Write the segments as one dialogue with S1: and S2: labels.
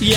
S1: 屋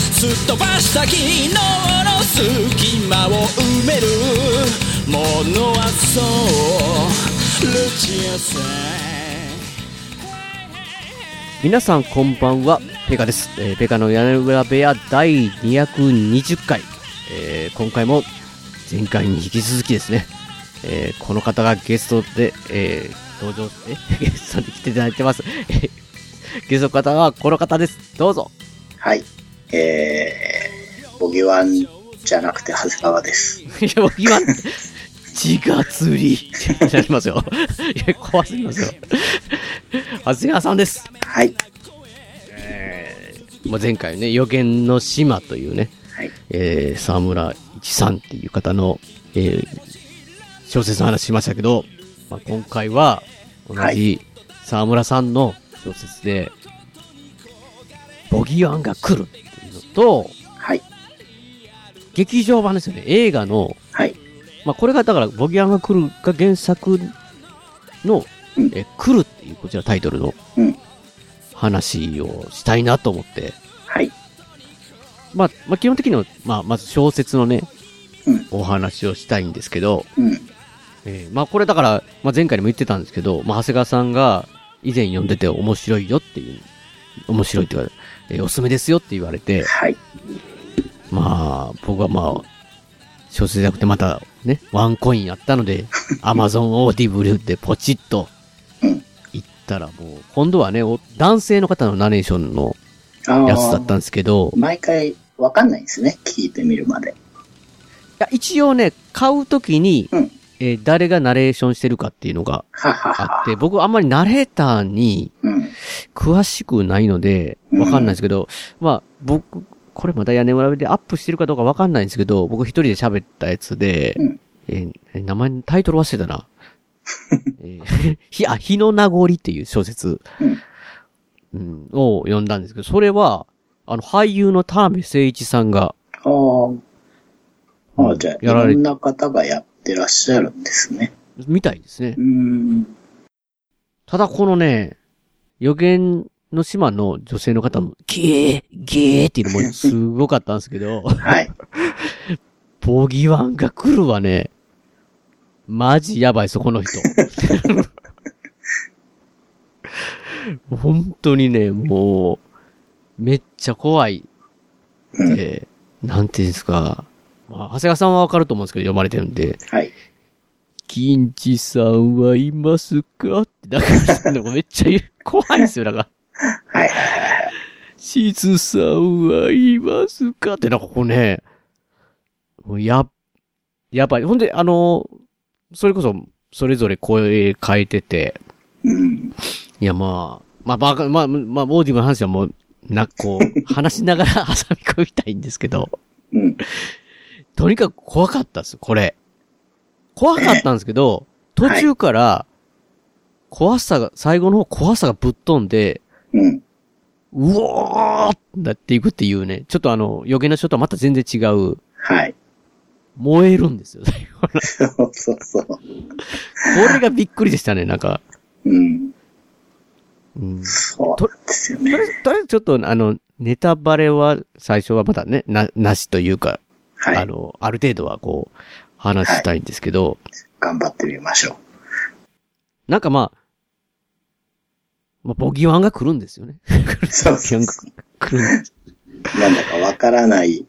S1: すっ飛ばした昨日の隙間を埋めるものはそうルチアさん
S2: 皆さんこんばんは、ペガです。えーペガの屋根裏部屋第220回。えー今回も前回に引き続きですね、えーこの方がゲストで、えー登場、え ゲストに来ていただいてます。えーゲストの方はこの方です。どうぞ。
S3: はい。えー、ボギワンじゃなくて、長谷川です。
S2: いや、僕今、血が釣りってなりますよ。 いや、怖すぎますよ。長谷川さんです。
S3: はい。
S2: まあ、前回ね、予言の島というね、
S3: はい。
S2: えー、沢村一さんっていう方の、えー、小説の話しましたけど、まあ、今回は同
S3: は
S2: じ沢村さんの小説で、ボギーアンが来るっていうのと、
S3: はい。
S2: 劇場版ですよね、映画の、
S3: はい。
S2: まあ、これがだから、ボギーアンが来るが原作の、
S3: うん
S2: えー来るっていうこちらタイトルの
S3: うん。
S2: 話をしたいなと思って、
S3: はい。
S2: まあ、まあ、基本的には、まあ、まず小説のね、
S3: うん
S2: お話をしたいんですけど、
S3: うん。
S2: えーまあ、これだから、まあ、前回にも言ってたんですけど、まあ、長谷川さんが以前読んでて面白いよっていう、面白いって言われ、えーおすすめですよって言われて、
S3: はい。
S2: まあ、僕はまあ、小説じゃなくてまたね、ワンコインやったので、アマゾンオーディブルでポチッと
S3: うん。
S2: 行ったらもう、今度はね、お男性の方のナレーションの
S3: あ
S2: やつだったんですけど、
S3: 毎回わかんないんですね。聞いてみるまで。
S2: いや一応ね、買うときに、
S3: うん。
S2: えー誰がナレーションしてるかっていうのが
S3: はは
S2: あ
S3: は
S2: って、。僕あんまりナレーターに
S3: うん。
S2: 詳しくないので、わかんないですけど、まあ、僕、これまた屋根裏部屋でアップしてるかどうかわかんないんですけど、僕一人で喋ったやつで、
S3: うん
S2: えー名前、タイトル忘れ たな。えー ひ、あ、日の名残っていう小説、
S3: うん。
S2: うんを読んだんですけど、それは、あの、俳優の田辺誠一さんが、
S3: あーあー。じゃあ、い
S2: やら
S3: ろ
S2: れ
S3: んな方がやってらっしゃるんですね。
S2: みたいですね
S3: う。ーん。
S2: ただこのね、予言の島の女性の方も、ゲー、ゲーっていうのもすごかったんですけど、
S3: はい。
S2: ボギワンが来るわね。マジやばい、そこの人。本当にね、もう、めっちゃ怖い
S3: うん。
S2: って、なんていうんですか。まあ、長谷川さんはわかると思うんですけど、読まれてるんで、
S3: はい。
S2: 金地さんはいますかって、だから、なんかめっちゃ言う怖いんですよ、だから。
S3: はい。はい。
S2: しずさんはいますかって、なんかこうね、もうや、やばい。ほんで、あの、それこそ、それぞれ声変えてて、
S3: うん。
S2: いや、まあ、まあ、まあ、まあ、まあ、オーディブの話はもう、な、こ う、話しながら挟み込みたいんですけど、
S3: うん。
S2: とにかく怖かったっす、これ。怖かったんですけど、途中から、怖さが、最後の方怖さがぶっ飛んで、
S3: うん。
S2: うおーってなっていくっていうね、ちょっとあの、余計な人とはまた全然違う、
S3: はい。
S2: 燃えるんですよ。 こ
S3: そうそうそう。
S2: れがびっくりでしたね、なんか。
S3: うん。
S2: うん、
S3: そうなんですよ
S2: とり
S3: ね
S2: あ。えず、とりあえずちょっとあの、ネタバレは最初はまだね、な、なしというか、
S3: はい。
S2: あの、ある程度はこう、話したいんですけど、
S3: 頑張ってみましょう。
S2: なんかまあ、まあ、ボギワンが来るんです よね。
S3: そうそうそ
S2: 来るんです
S3: う。なんだかわからない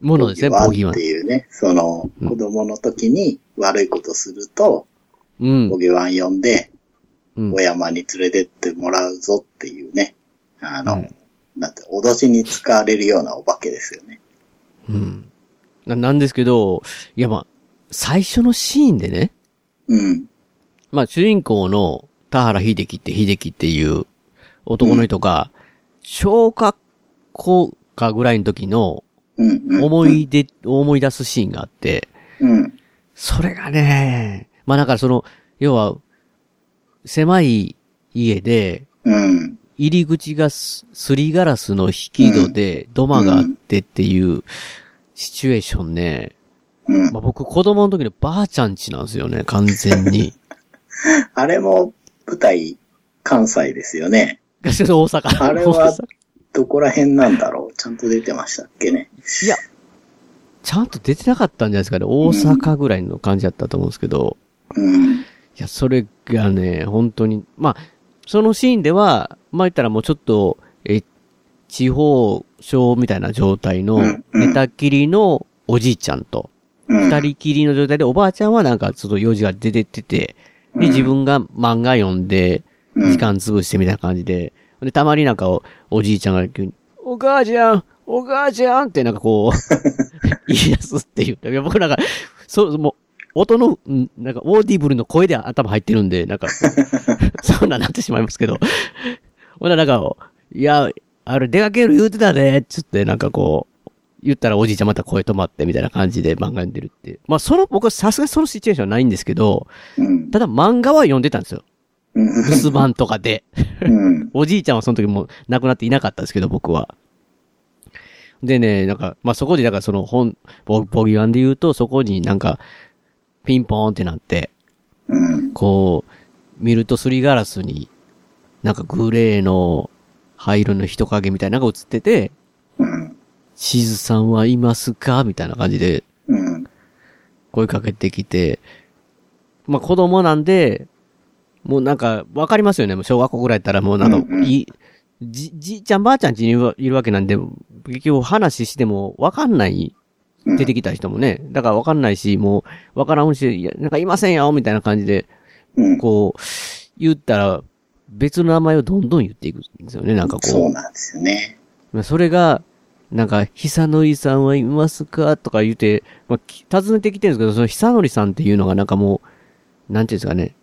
S2: ものですね、ボギワ
S3: っ
S2: ン
S3: て。いうね、その、
S2: うん
S3: 子供の時に悪いことすると、
S2: うん
S3: ボ。ギワン呼んで、
S2: うん
S3: お。山に連れてってもらうぞっていうね、あの、
S2: うん
S3: なんて、脅しに使われるようなお化けですよね。
S2: うん。ななんですけど、いやまあ、最初のシーンでね、
S3: うん。
S2: まあ、主人公の田原秀樹って秀樹っていう男の人が、小学校かぐらいの時の
S3: うんうん。
S2: 思い出、思い出すシーンがあって、
S3: うん。
S2: それがね、まあだからその、要は、狭い家で、
S3: うん。
S2: 入り口がすすりガラスの引き戸で、土間があってっていうシチュエーションね、
S3: うん
S2: ま。あ、僕子供の時のばあちゃん家なんですよね、完全 に。
S3: あれも舞台、関西ですよ ね。
S2: 大阪。
S3: あれ
S2: 大
S3: は
S2: 阪
S3: どこら辺なんだろうちゃんと出てましたっけね。
S2: いや、ちゃんと出てなかったんじゃないですかね。大阪ぐらいの感じだったと思うんですけど、
S3: うん。
S2: いや、それがね、本当に、まあ、そのシーンでは、まあ言ったらもうちょっと、え、地方症みたいな状態の
S3: うん、うん
S2: 寝たきりのおじいちゃんと、
S3: うん。
S2: 二人きりの状態で、おばあちゃんはなんかちょっと用事が出てってて、で、自分が漫画読ん
S3: う
S2: で、
S3: ん
S2: 時間潰してみたいな感じで、で、たまになんかおおじいちゃんが急に、お母ちゃんお母ちゃんってなんかこう、 言い出すっていう。いや僕なんか、そう、もう、音の、んなんか、オーディブルの声で頭入ってるんで、 なんか、そんなんなってしまいますけど。ほんならなんか、いや、あれ出かける言うてたで、つってなんかこう、言ったらおじいちゃんまた声止まってみたいな感じで漫画読んでるっていう。まあその、僕はさすがにそのシチュエーションはないんですけど、
S3: うん。
S2: ただ漫画は読んでたんですよ。
S3: うん。
S2: 留守番とかで。
S3: うん。
S2: おじいちゃんはその時もう亡くなっていなかったんですけど、僕は。でね、なんか、まあ、そこで、だからその本、ボボギワンで言うと、そこになんか、ピンポーンってなって、
S3: うん。
S2: こう、見るとすりガラスに、なんかグレーの灰色の人影みたいなのが映ってて、
S3: うん。
S2: しずさんはいますかみたいな感じで
S3: うん。
S2: 声かけてきて、まあ子供なんで、もうなんか、わかりますよね。もう小学校ぐらいやったらもうなん
S3: う
S2: か、
S3: んうん
S2: い、じ、じいちゃんばあちゃん家にいるいるわけなんで、結局話してもわかんない、
S3: うん
S2: 出てきた人もね。だからわかんないし、もう、わからんし、いやなんかいませんよ、みたいな感じで、
S3: うん。
S2: こう、言ったら、別の名前をどんどん言っていくんですよね。なんか
S3: そう
S2: こ
S3: なんですよね。
S2: う。まあそれが、なんか、久典さんはいますかとか言って、まあ、き尋ねてきてるんですけど、その久典さんっていうのがなんかもう、なんていうんですかね、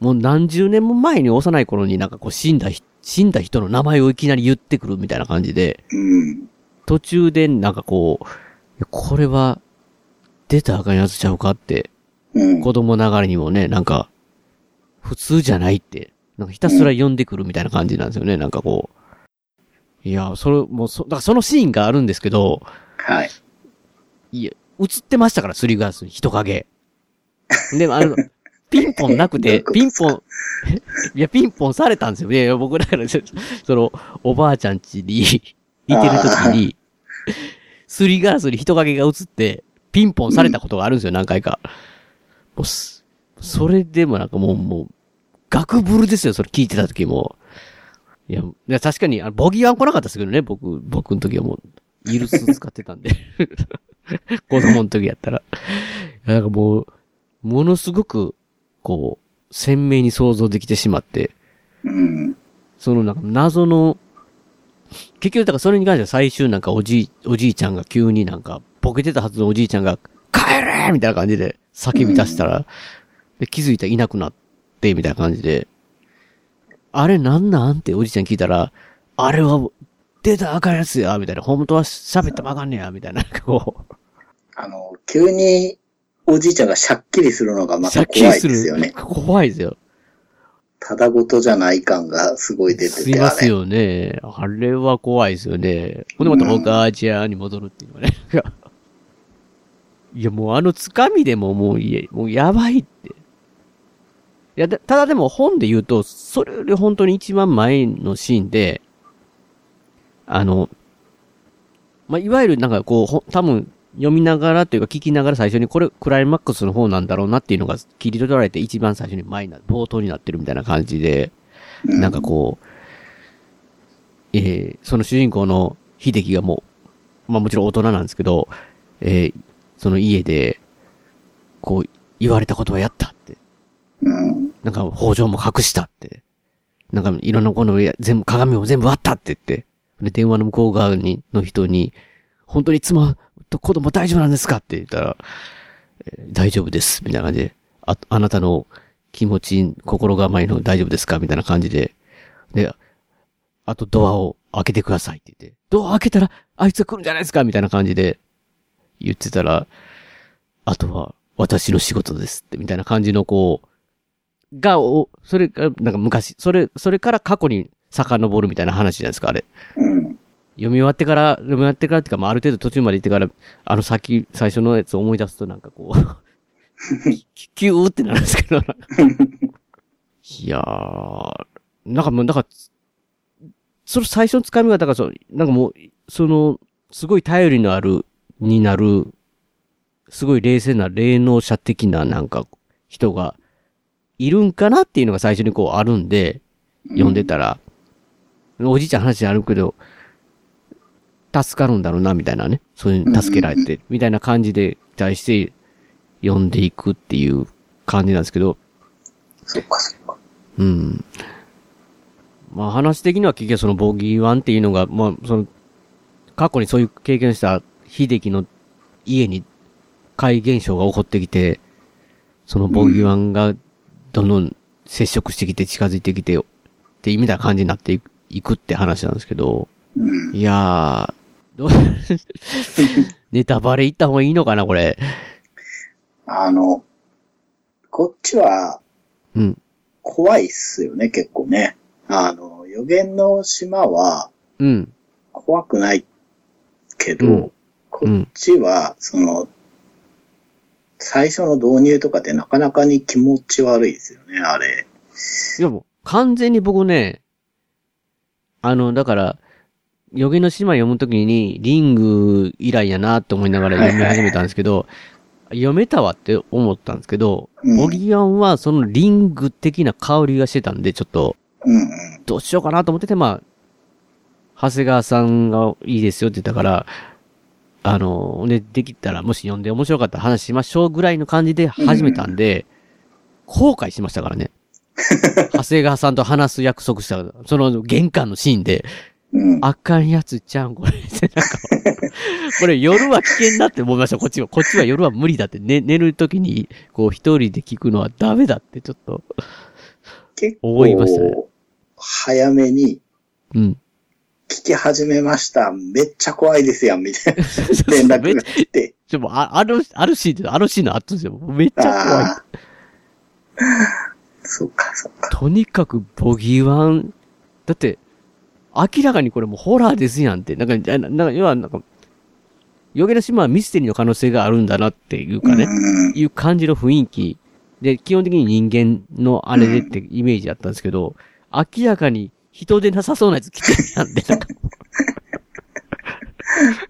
S2: もう何十年も前に幼い頃になんかこう死んだ人、死んだ人の名前をいきなり言ってくるみたいな感じで、
S3: うん。
S2: 途中でなんかこう、いやこれは、出たらあかんやつちゃうかって、
S3: うん。
S2: 子供ながらにもね、なんか、普通じゃないって、なんかひたすら呼んでくるみたいな感じなんですよね、なんかこう。いや、それ、もうそ、だからそのシーンがあるんですけど、
S3: はい。
S2: いや、映ってましたから、すりガラスに人影。でも、あ の、ピンポンなくて、
S3: どう
S2: ピ
S3: い
S2: ンポン、いや、ピンポンされたんですよ。いやいや、僕だから、ちょその、おばあちゃん家に、いてる時に、すりガラスに人影が映って、ピンポンされたことがあるんですよ、何回か。もうすそれでもなんかもう、もう、ガクブルですよ、それ聞いてた時も。いや、いや確かに、あのボギーは来なかったですけどね、僕、僕の時はもう、イルス使ってたんで。 子供の時やったら。なんかもう、ものすごく、こう、鮮明に想像できてしまって、
S3: うん。
S2: そのなんか謎の、結局だからそれに関しては最終なんかおじい、おじいちゃんが急になんか、ボケてたはずのおじいちゃんが、帰れみたいな感じで叫び出したら、で気づいたらいなくなって、みたいな感じで、あれなんなんっておじいちゃん聞いたら、あれは、出たらあかんやつや、みたいな、本当は喋ったらあかんねや、みたいな、なんかこう。
S3: あの、急におじいちゃんがしゃっきりするのがまた怖いですよね。
S2: 怖いですよ。
S3: ただごとじゃない感がすごい出て
S2: すい
S3: て、
S2: ま
S3: あ
S2: す
S3: れ。
S2: よね。あれは怖いですよね。ほんでまたお母ちゃんに戻るっていうのがね。 いや、もうあのつかみでももういえ、もうやばいって。いや、だただでも本で言うと、それより本当に一番前のシーンで、あの、まあ、いわゆるなんかこうほ、多分読みながらというか聞きながら最初にこれクライマックスの方なんだろうなっていうのが切り取られて一番最初に前にな、冒頭になってるみたいな感じで、
S3: うん
S2: なんかこう、えーその主人公の秀樹がもう、まあもちろん大人なんですけど、えーその家で、こう、言われたことはやったって。
S3: うん。
S2: なんか、包丁も隠したって。なんか、いろんなこの、いや全部、鏡も全部割ったって言って。で、電話の向こう側に、の人に、本当に妻と子供大丈夫なんですかって言ったら、えー大丈夫です、みたいな感じで。あ、あなたの気持ち、心構えの大丈夫ですかみたいな感じで。で、あとドアを開けてくださいって言って、ドア開けたら、あいつが来るんじゃないですかみたいな感じで、言ってたら、あとは、私の仕事ですって、みたいな感じの、こう、が、お、それが、なんか昔、それ、それから過去に遡るみたいな話じゃないですか、あれ。
S4: うん。
S2: 読み終わってから、読み終わってからっていうか、まあ、ある程度途中まで行ってから、あの先、最初のやつを思い出すとなんかこう、 キキューってなるんですけど、なんかいやー、なんかもう、なんか、その最初のつかみ方が、その、なんかもう、その、すごい頼りのある、になる、すごい冷静な、霊能者的な、なんか、人が、いるんかなっていうのが最初にこうあるんで、読んでたら、おじいちゃん話あるけど、助かるんだろうな、みたいなね。そういう、助けられて、みたいな感じで、対して、読んでいくっていう感じなんですけど、
S4: そっかそっか。
S2: うん。まあ話的には結局そのボギーワンっていうのが、まあその、過去にそういう経験した秀樹の家に怪現象が起こってきて、そのボギーワンがどんどん接触してきて近づいてきてよっていうみたいな感じになっていくいくって話なんですけど、
S4: うん。
S2: いやー、どう ネタバレいった方がいいのかな、これ。
S4: あの、こっちは
S2: うん。
S4: 怖いっすよね、結構ね。あの、予言の島は
S2: うん。
S4: 怖くないけど、
S2: うん
S4: こっちは、その、最初の導入とかでなかなかに気持ち悪いですよね、あれ。
S2: いやもう、完全に僕ね、あの、だから、予言の島読むときに、リング以来やなって思いながら読み始めたんですけど、読めたわって思ったんですけど、
S4: うん
S2: ボギアンはそのリング的な香りがしてたんで、ちょっと、
S4: うんうん。
S2: どうしようかなと思ってて、まあ、長谷川さんがいいですよって言ったから、あの、ね、できたらもし読んで面白かったら話しましょうぐらいの感じで始めたんで、後悔しましたから ね。長谷川さんと話す約束した、その玄関のシーンで、
S4: うん。
S2: あかんやつちゃうん、これ。ってなんか、これ夜は危険だって思いました、こっちは。こっちは夜は無理だって。ね、寝るときに、こう一人で聞くのはダメだって、ちょっと。
S4: 結
S2: 思いましたね
S4: 構、早めに、
S2: うん。
S4: 聞き始めました。めっちゃ怖いですやん、みたいな 連絡が来て。
S2: ちょ、もう、あ、ある、あるシーンで、あるシーンの後ですよ。もうめっちゃ怖い。
S4: ああ。そうか、そうか。
S2: とにかくボギーワン、だって、明らかにこれもうホラーですやんって。なんか、あななんか、要はなんか、余計な島はミステリーの可能性があるんだなっていうかね、
S4: うん
S2: いう感じの雰囲気。で、基本的に人間のあれでってイメージだったんですけど、明らかに人でなさそうなやつ来てるやんで、なんか、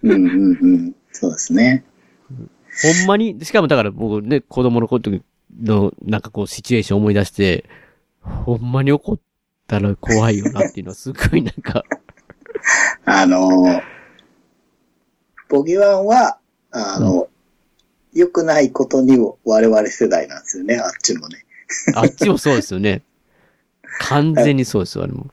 S4: うんうんうん。そうですね。
S2: ほんまに、しかもだから僕ね、子供の時の、なんかこう、シチュエーション思い出して、ほんまに怒ったら怖いよなっていうのはすごいなん か、
S4: あの、ボギワンは、あの、良、くないことにも我々世代なんですよね、あっちもね。
S2: あっちもそうですよね。完全にそうですよ、あれも。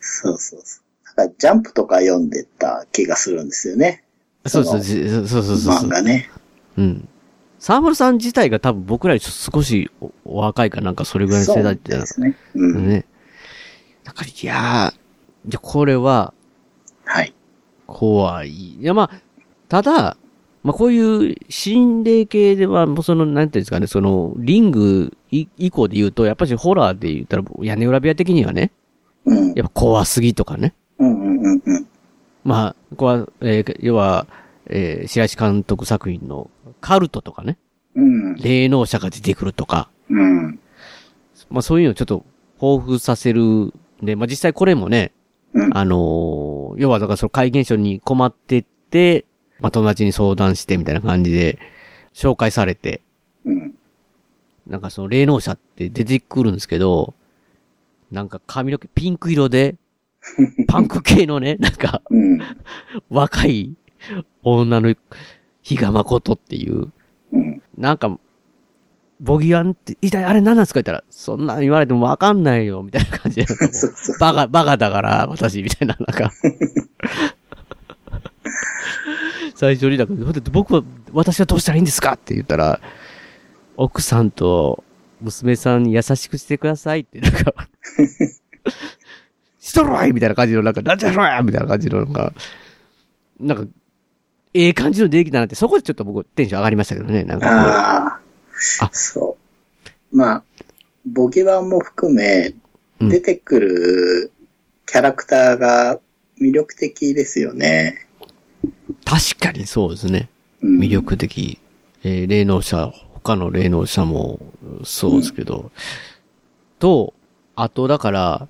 S4: そうそうそう。なんかジャンプとか読んでた気がするんですよね。
S2: そうそう、じそうそうそうそ
S4: 漫
S2: う。
S4: 画ね。
S2: うん。沢村さん自体が多分僕らより少しおお若いかなんかそれぐらいの
S4: そう
S2: 世
S4: な
S2: 代
S4: ん
S2: じゃな
S4: ですね。うん。
S2: ね。だから、いやー、じゃこれは
S4: はい。
S2: 怖い。いや、まあ、ただ、まあこういう心霊系では、もうその、なんていうんですかね、その、リングい以降で言うと、やっぱりホラーで言ったら、屋根裏部屋的にはね、
S4: うん。
S2: やっぱ怖すぎとかね。
S4: うんうんうんうん。
S2: まあ、ここは、えー要は、えー白石監督作品のカルトとかね、
S4: うん。
S2: 霊能者が出てくるとか、
S4: うん。
S2: まあそういうのをちょっと彷彿させるんで、まあ実際これもね、
S4: うん
S2: あのー要はだからその怪現象に困ってって、まあ友達に相談してみたいな感じで紹介されて、
S4: うん。
S2: なんかその霊能者って出てくるんですけど、なんか髪の毛ピンク色で、パンク系のね、なんか、
S4: うん。
S2: 若い女の比嘉誠っていう、
S4: うん。
S2: なんか、ボギアンって、一体あれ何なんですか言ったら、そんなん言われてもわかんないよ、みたいな感じで。
S4: そうそう。
S2: バカ、バカだから、私、みたいな、なん か。最初に、なんか、だって僕は、私はどうしたらいいんですかって言ったら、奥さん と娘さんに優しくしてくださいって、なんか、しとるわいみたいな感じの、なんか、なんじゃろやみたいな感じの、なんか、なんか、ええ感じの出てきたなって、そこでちょっと僕テンション上がりましたけどね、なんかこ
S3: あ
S2: あ
S3: あ。そう。まあ、ボケ版も含め、
S2: うん
S3: 出てくるキャラクターが魅力的ですよね。
S2: う。確かにそうですね。
S3: うん
S2: 魅。力的。えー霊能者、他の霊能者も、そうですけど、と、あと、だから、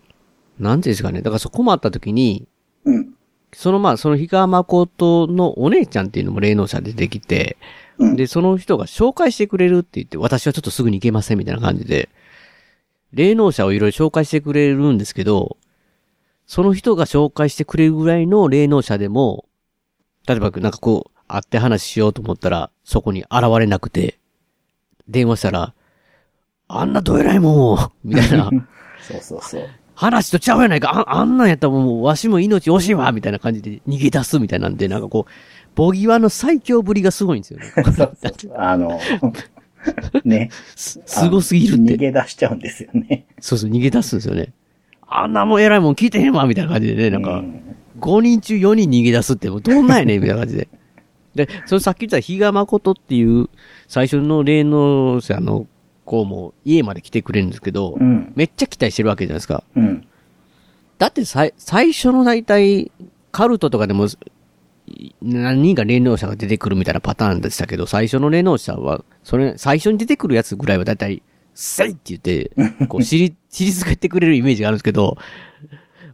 S2: なんていうんですかね。だからそこもあった時に、
S3: うん。
S2: そのまあ、その比嘉誠のお姉ちゃんっていうのも霊能者でできて、
S3: うん
S2: で、その人が紹介してくれるって言って、私はちょっとすぐに行けませんみたいな感じで、霊能者をいろいろ紹介してくれるんですけど、その人が紹介してくれるぐらいの霊能者でも、例えばなんかこう、会って話しようと思ったら、そこに現れなくて、電話したら、あんなどえらいもん、みたいな。
S4: そうそ うそう。
S2: 話とちゃうやないか。ああんなんやったらもう、わしも命惜しいわみたいな感じで逃げ出すみたいなんで、なんかこう、ボギワの最強ぶりがすごいんですよね。
S4: そうそう あの、ね。
S2: すすごすぎるっ
S4: 逃
S2: て。
S4: げ出しちゃうんですよね。
S2: そうそう、逃げ出すんですよね。あんなもん偉いもん聞いてへんわみたいな感じでね、なんか
S4: う、ん
S2: 5人中4人逃げ出すって、もうどんなんや ねんみたいな感じで。で、そのさっき言った比嘉誠っていう、最初の霊能者の子も家まで来てくれるんですけど
S4: う、ん。
S2: めっちゃ期待してるわけじゃないですか。
S4: うん。
S2: だってさい最初の大体、カルトとかでも、い何人か霊能者が出てくるみたいなパターンでしたけど、最初の霊能者は、それ、最初に出てくるやつぐらいは大体、せいって言って、こう、知り、知りづってくれるイメージがあるんですけど、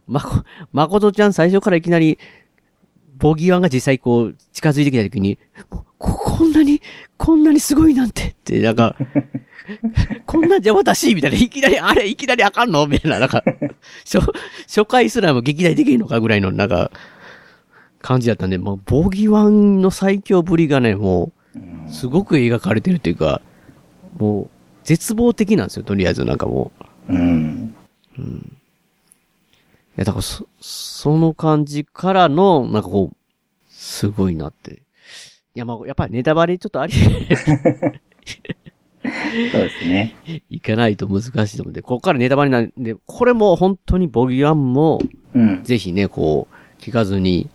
S2: まこ、まことちゃん最初からいきなり、ボギーワンが実際こう、近づいてきた時に、こ、こんなに、こんなにすごいなんてって、なんか、こんなんじゃ私みたいな、いきなり、あれ、いきなりあかんのみたいな、なんか、初、初回すらも劇大できるのかぐらいの、なんか、感じだったんで、もう、ボギーワンの最強ぶりがね、もう、すごく描かれてるっていうか、もう、絶望的なんですよ、とりあえず、なんかもう。い
S4: うん。
S2: や、だから、そ、その感じからの、なんかこう、すごいなって。いや、まあ、やっぱりネタバレちょっとあり、
S4: そうですね。
S2: いかないと難しいと思うんで、ここからネタバレなんで、これも本当にボギーワンも、
S4: うん。
S2: ぜひね、こう、聞かずに、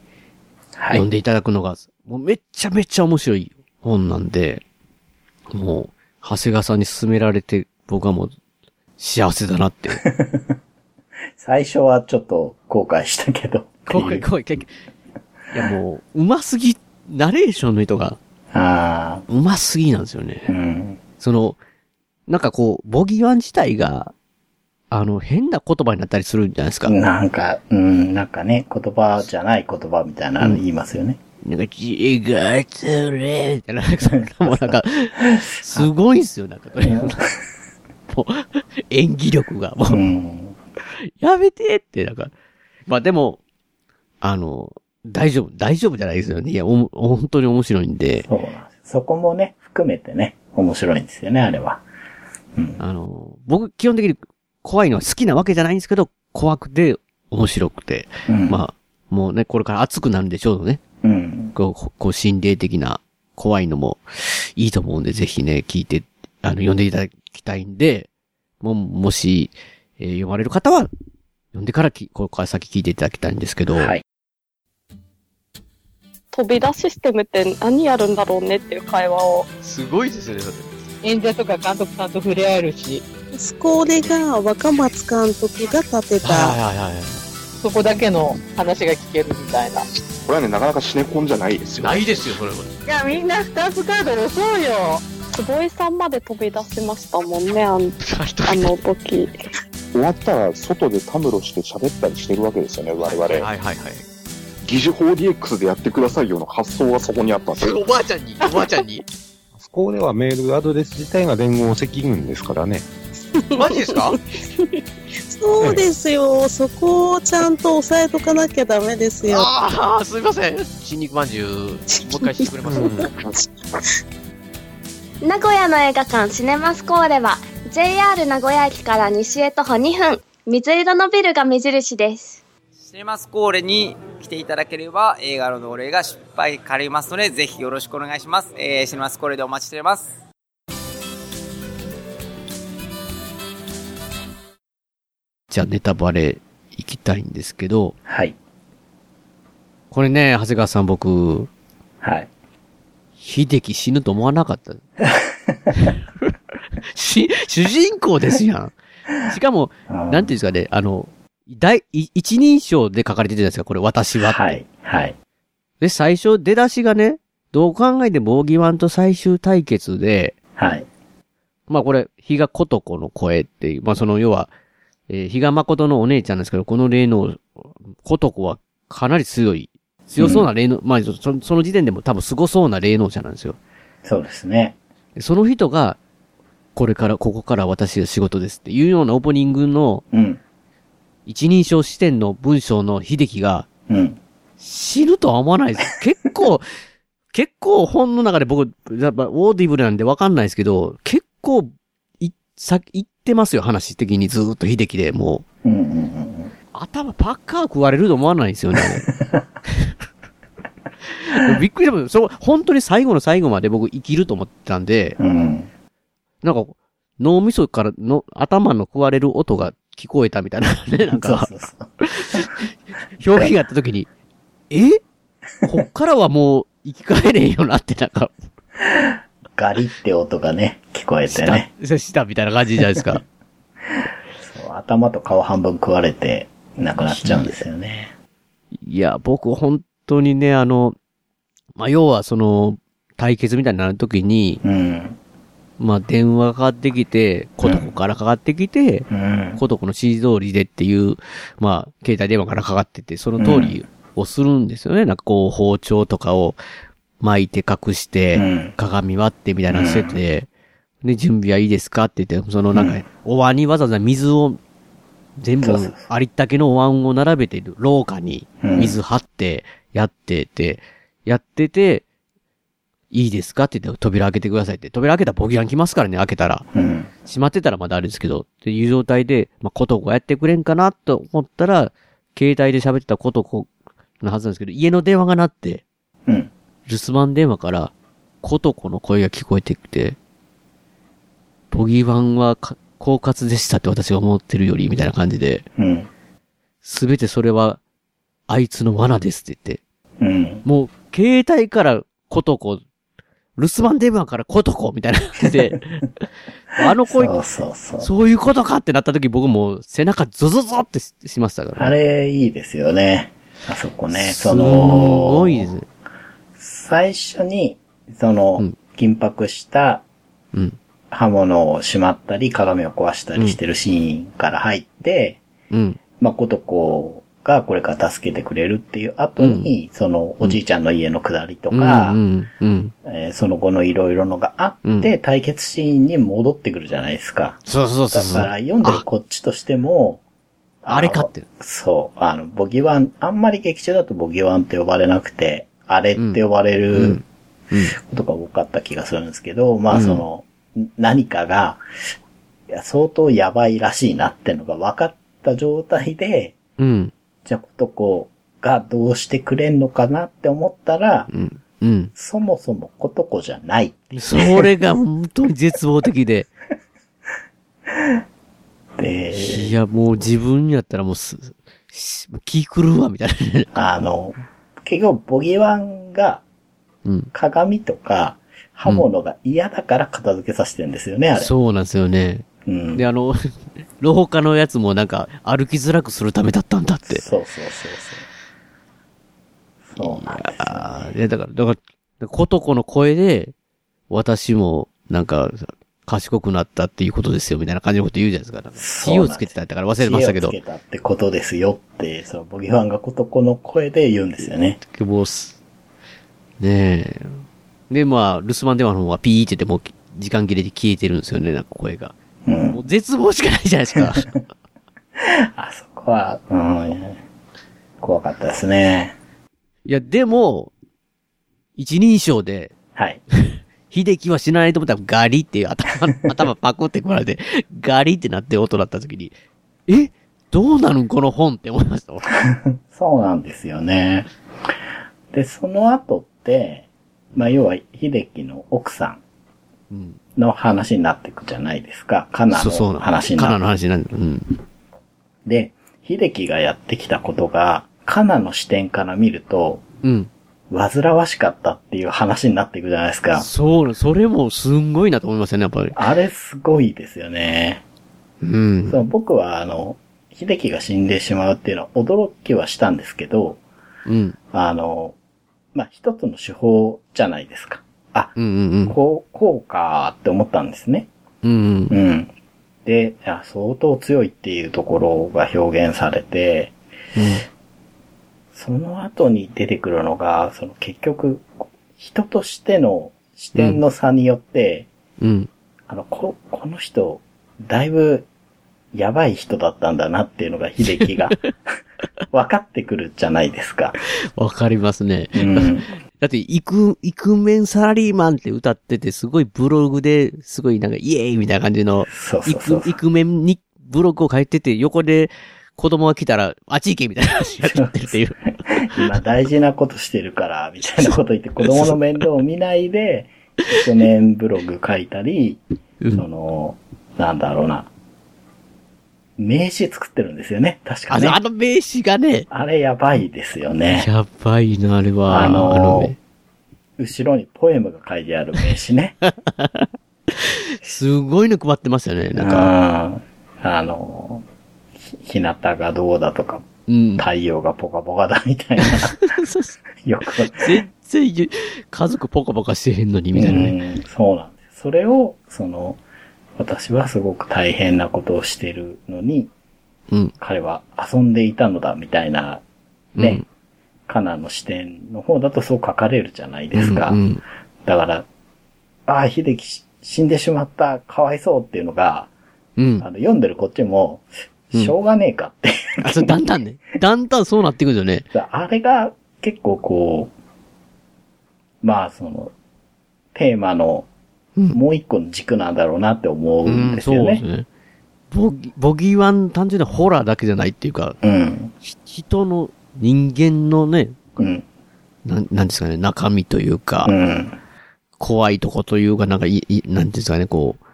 S4: は
S2: 読ん
S4: い。
S2: でいただくのが、もうめっちゃめちゃ面白い本なんで、もう、長谷川さんに勧められて、僕はもう、幸せだなって。
S4: 最初はちょっと後悔したけど。
S2: 今回、今回、結局いやもう、うますぎ、ナレーションの人が、
S4: あ
S2: うますぎなんですよ
S4: あ、う
S2: ね。
S4: ん。
S2: その、なんかこう、ボギーワン自体が、あの、変な言葉になったりするんじゃないですか。
S4: なんか、うん、なんかね、言葉じゃない言葉みたいなの言いますよね。
S2: なんか、違がつれみたいな、そんなもうなん か、すごいんすよ、なんか、これ。もう、演技力が、も
S4: う
S2: う、
S4: ん。
S2: やめてって、なんか。まあでも、あの、大丈夫、大丈夫じゃないですよね。いや、おも、本当に面白いんで、
S4: そうなんです。そこもね、含めてね、面白いんですよね、あれは。
S2: あの、僕、基本的に怖いのは好きなわけじゃないんですけど、怖くて、面白くて。
S4: うん。
S2: まあ、もうね、これから熱くなるんでちょうどね。
S4: うん。
S2: こう、こう心霊的な怖いのもいいと思うんで、ぜひね、聞いて、あの、読んでいただきたいんで、も、もし、えー読まれる方は、読んでからき、ここから先聞いていただきたいんですけど、
S4: はい。
S5: 飛び出システムって何やるんだろうねっていう会話を
S6: すごいですね、だって。
S7: 演者とか監督さんと触れ合えるし、
S8: スコーレが若松監督が建てた、
S2: はいはいはい。
S7: そこだけの話が聞けるみたいな。い
S9: これはね、なかなかシネコンじゃないですよ。
S6: ないですよ、それは。
S7: や、みんなスタートカード押そうよ。
S5: 坪井さんまで飛び出しましたもんねあのあ の時
S9: 終わったら、外でたむろして喋ったりしてるわけですよね、我々。
S6: はいはいはい。
S9: 疑似 4DX でやってくださいよの発想はそこにあったんです よ。
S6: おばあちゃんに、おばあちゃんに。
S10: そこではメールアドレス自体が連合赤軍ですからね。
S6: マジですか
S8: そうですよ、そこをちゃんと押さえとかなきゃダメですよ。
S6: ああ、すいません。新肉まんじゅう、もう一回してくれます
S11: 名古屋の映画館シネマスコーレは JR 名古屋駅から西へ徒歩2分水色のビルが目印です
S12: シネマスコーレに来ていただければ映画の同例が失敗かりますのでぜひよろしくお願いします、えーシネマスコーレでお待ちしております
S2: じゃあネタバレ行きたいんですけど、
S4: はい。
S2: これね、長谷川さん僕、
S4: はい。、
S2: 秀樹死ぬと思わなか った。し、主人公ですやん。しかも、なんていうんですかね、あの、第、い一人称で書かれてるじゃないですか、これ、私は。はい
S4: はい。
S2: で、最初、出だしがね、どう考えても、ボーギワンと最終対決で、
S4: はい。
S2: まあこれ、比嘉琴子の声っていう、まあその、要は、えー、比嘉誠のお姉ちゃんなんですけど、この霊能、琴子はかなり強い、強そうな霊能、まあそその時点でも多分凄そうな霊能者なんですよ。
S4: そうですね。
S2: その人が、これから、ここから私の仕事ですっていうようなオープニングの、
S4: うん。
S2: 一人称視点の文章の秀樹が、
S4: うん。
S2: 死ぬとは思わないです。結構、結構本の中で僕、やっぱオーディブルなんでわかんないですけど、結構、い、さ、言ってますよ、話的にずーっと秀樹で、もう。頭パッカー食われると思わないですよね。びっくりした。その、本当に最後の最後まで僕生きると思ってたんで、なんか、脳みそからの、頭の食われる音が聞こえたみたいなね、なんか、表現があった時に、えこっからはもう生き返れんよなってなんか、
S4: ガリって音がね、聞こえてね。
S2: した、したみたいな感じじゃないですか。
S4: そう頭と顔半分食われて、なくなっちゃうんですよね。
S2: いや、僕本当にね、あの、まあ、要はその、対決みたいになるときに、まあ、電話がかかってきて、コトコからかかってきて、コトコの指示通りでっていう、まあ、携帯電話からかかってて、その通りをするんですよね。なんかこう、包丁とかを巻いて隠して、鏡割ってみたいなのしてて、で、準備はいいですかって言って、そのなんか、お椀にわざわざ水を、全部
S4: そうそうそう、
S2: ありったけのお椀を並べてる、廊下に、水張って、やってて、やってて、いいですかって言って、扉開けてくださいって。扉開けたらボギラン来ますからね、開けたら。閉まってたらまだあれですけど、っていう状態で、まあ、コトコがやってくれんかなと思ったら、携帯で喋ってたコトコのはずなんですけど、家の電話が鳴って、
S4: うん
S2: 留守番電話から、コトコの声が聞こえてきて、ボギーワンはか狡猾でしたって私が思ってるより、みたいな感じで、
S4: うん。
S2: すべてそれは、あいつの罠ですって言って、
S4: うん。
S2: もう、携帯からコトコ、留守番電話からコトコみたいな感じ で、あの声、
S4: そうそうそう。
S2: そういうことかってなった時僕もう背中ゾゾゾってししましたから。
S4: あれ、いいですよね。あそこね。
S2: す
S4: その、
S2: ごいですね。
S4: 最初に、その、緊迫した
S2: うん、
S4: 刃物をしまったり、鏡を壊したりしてるシーンから入って、
S2: うん。
S4: まあ、ことこがこれから助けてくれるっていう後に、その、おじいちゃんの家の下りとか、
S2: うん、うん。
S4: えーその後のいろいろのがあって、対決シーンに戻ってくるじゃないですか。
S2: そうそうそうそう
S4: だから読んでるこっちとしても、あれかってそう。あの、ボギワン、あんまり劇中だとボギワンって呼ばれなくて、あれって呼ばれることが多かった気がするんですけど、まあその、何かが、いや相当やばいらしいなってのが分かった状態で、
S2: うん。
S4: じゃあことこがどうしてくれんのかなって思ったら、
S2: うん。
S4: そもそもことこじゃないっていう
S2: それが本当に絶望的で。いや、もう自分やったらもうす、し気狂うわ、みたいなね。
S4: あの、結局、ボギワンが
S2: うん、
S4: 鏡とか刃物が嫌だから片付けさせてるんですよね、あれ。
S2: そうなんですよね。
S4: うん
S2: で、あの、廊下のやつもなんか歩きづらくするためだったんだって。
S4: そうそうそうそう。そうなんですよ
S2: ああ、いや、だから、だから、ことこの声で、私も、なんか、賢くなったっていうことですよ、みたいな感じのこと言うじゃないですか。なんか
S4: う
S2: 火
S4: なん
S2: を
S4: です
S2: つけてたってから忘れてましたけど
S4: 知恵を。つけたってことですよって、そのボギワンがことこの声で言うんですよね。
S2: 希望す。ねえ。で、まあ、留守番電話の方はピーって言って、もう、時間切れで消えてるんですよね、なんか声が。もう絶望しかないじゃないです か。
S4: あそこは、うん、怖かったですね。
S2: いや、でも、一人称で、
S4: はい。
S2: 秀樹は死なないと思ったらガリっていう 頭、頭パクってこられて、ガリってなって音だった時に、えどうなるんこの本って思いました。
S4: そうなんですよね。で、その後って、まあ、要は、秀樹の奥さ
S2: うん
S4: んの話になっていくじゃないですか。カナ
S2: そうそう
S4: の話に
S2: カ
S4: な
S2: ナ
S4: っ
S2: の話になる。うん。
S4: で、秀樹がやってきたことが、カナの視点から見ると、
S2: うん。
S4: 煩わしかったっていう話になっていくじゃないですか。
S2: そう、それもすんごいなと思いますよね、やっぱり。
S4: あれすごいですよね。
S2: うん。
S4: そう僕は、あの、秀樹が死んでしまうっていうのは驚きはしたんですけど、
S2: うん。
S4: あの、まあ、一つの手法じゃないですか。あ、
S2: うんうん
S4: こう、こうかーって思ったんですね。
S2: うん。うん。
S4: うん。で、いや相当強いっていうところが表現されて、その後に出てくるのが、その結局、人としての視点の差によって、
S2: うん。
S4: あの、こ、この人、だいぶ、やばい人だったんだなっていうのが、秀樹 が、分かってくるじゃないですか。
S2: わかりますね。
S4: ん
S2: だって、イク、イクメンサラリーマンって歌ってて、すごいブログですごいなんか、イエーイみたいな感じの、
S4: そうそう
S2: イクイクメンにブログを書いてて、横で子供が来たら、あっち行けみたいな話やってるっていう。
S4: 今大事なことしてるから、みたいなこと言って、子供の面倒を見ないで、一年ブログ書いたり、その、なんだろうな、名刺作ってるんですよね、確か
S2: あ
S4: ね
S2: の、。あの名刺がね。
S4: あれやばいですよね。
S2: やばいな、あれは。
S4: あのー
S2: 名
S4: 後ろにポエムが書いてある名刺ね。
S2: すごいの配ってますよね、なんか。
S4: ああの、ひ日向がどうだとか、太陽がポカポカだみたいな。 よく。
S2: 全然ゆ、家族ポカポカしてへんのに、みたいなね。
S4: うんそうなんです。それを、その、私はすごく大変なことをしてるのに、
S2: うん
S4: 彼は遊んでいたのだみたいな、ね、
S2: うん
S4: カナの視点の方だとそう書かれるじゃないですか。
S2: うんうん
S4: だから、ああ、秀樹し死んでしまった、かわいそうっていうのが、
S2: うん
S4: あの読んでるこっちも、
S2: うん
S4: しょうがねえかって、
S2: あ、そう、だんだんね。だんだんそうなってくるよね。
S4: あれが結構こう、まあその、テーマの、もう一個の軸なんだろうなって思うんですよね。
S2: うんそうですね。ボギ、ボギーワン単純にホラーだけじゃないっていうか、
S4: うん
S2: ひ人の、人間のね、
S4: うん
S2: なん、なんですかね、中身というか、
S4: うん
S2: 怖いとこというか、なんかい、い、なんていうんですかね、こう、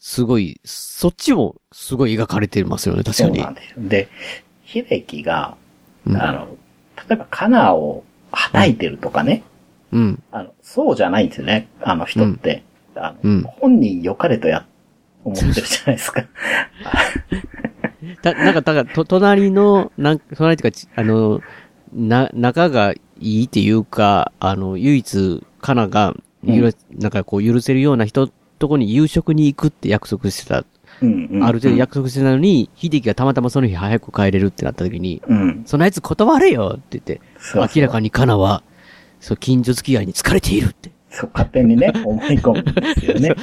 S2: すごい、そっちもすごい描かれてますよね、確かに。
S4: そうなんですよ。で、秀樹が、
S2: うん
S4: あの、例えばカナを叩いてるとかね、
S2: うん。
S4: あの、そうじゃないんですよね、あの人って。あの
S2: うん
S4: 本人良かれとや、思ってるじゃないですか。
S2: た、なんか、だから、と、隣の、なん隣っていうかち、あの、な、仲がいいっていうか、あの、唯一、カナが、ゆる、なんかこう、許せるような人とこに夕食に行くって約束してた。
S4: うんうん
S2: ある程度約束してたのに、秀樹がたまたまその日早く帰れるってなった時に、
S4: うん
S2: そのやつ断れよって言って、
S4: そうそう
S2: 明らかにカナは、そう、近所付き合いに疲れているって。
S4: そう、勝手にね、思い込むんですよ ね。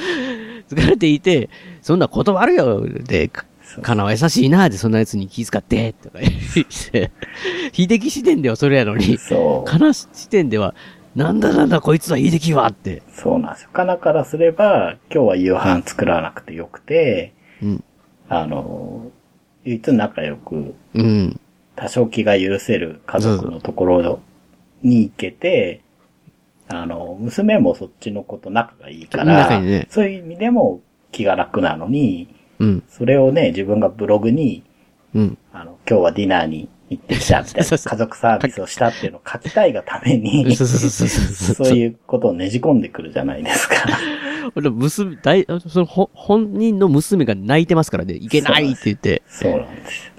S2: 疲れていて、そんな断るよで、かカナは優しいなで、そんな奴に気遣って、とか言って、秀樹視点ではそれやのに、カナ視点では、なんだなんだこいつは秀樹はって。
S4: そうなんですよ。カナからすれば、今日は夕飯作らなくてよくて、
S2: うん
S4: あの、唯一仲良く、
S2: うん。
S4: 多少気が許せる家族のところに行けて、あの、娘もそっちの子と仲がいいから、
S2: 仲いいね
S4: そういう意味でも気が楽なのに、
S2: うん。
S4: それをね、自分がブログに、
S2: うん。
S4: あの、今日はディナーに行ってきたみた いな、家族サービスをしたっていうのを書きたいがために、
S2: そうそうそうそうそう
S4: そういうことをねじ込んでくるじゃないですか。
S2: 俺、娘、大、その、ほ本人の娘が泣いてますからね、いけないって言って。
S4: そうなんですよ。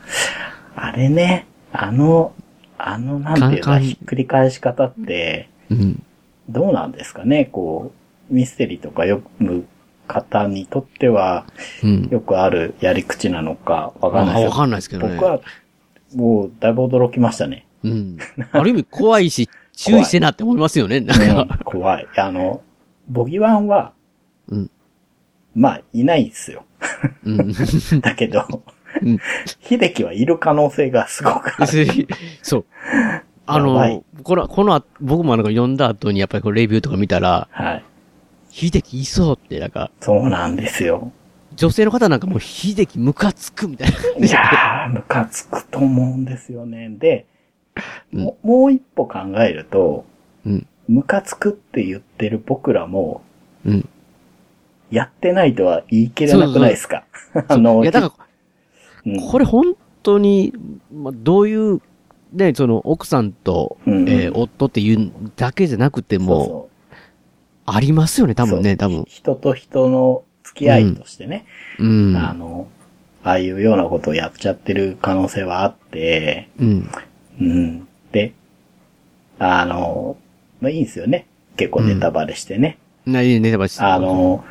S4: あれね、あの、あの、なんて
S2: カン
S4: いう
S2: カ
S4: か、
S2: ン
S4: ひっくり返し方って、
S2: うん。
S4: どうなんですかね、こう、ミステリーとか読む方にとっては、
S2: うん
S4: よくあるやり口なのか、わかんない
S2: あわかんないですけどね
S4: 僕は、もう、だいぶ驚きまし たね。
S2: うん。ある意味怖いし、注意してなって思いますよね、なんか。
S4: 怖い。あの、ボギワンは、
S2: うん
S4: まあ、いないんですよ。だけど、 秀樹はいる可能性がすごくある。
S2: そう。あ
S4: やばい
S2: の、この、この後、僕もなんか読んだ後にやっぱりこうレビューとか見たら、
S4: はい。
S2: 秀樹いそうって、なんか。
S4: そうなんですよ。
S2: 女性の方なんかもう秀樹ムカつくみたいな。
S4: いやー、ムカつくと思うんですよね。で、ももう一歩考えると、
S2: うん
S4: ムカつくって言ってる僕らも、
S2: うん
S4: やってないとは言い切れなくないですか あ
S2: そう
S4: の、
S2: いや、だから、
S4: うん
S2: これ本当に、まあ、どういう、ね、その、奥さんと、
S4: うん
S2: えー夫っていうだけじゃなくても、ありますよね、多分ね、多分。
S4: 人と人の付き合いとしてね、
S2: うん。
S4: あの、ああいうようなことをやっちゃってる可能性はあって、
S2: うん。
S4: うん。で、あの、まあ、いいんですよね。結構ネタバレしてね。
S2: ないネタバレして。
S4: あの、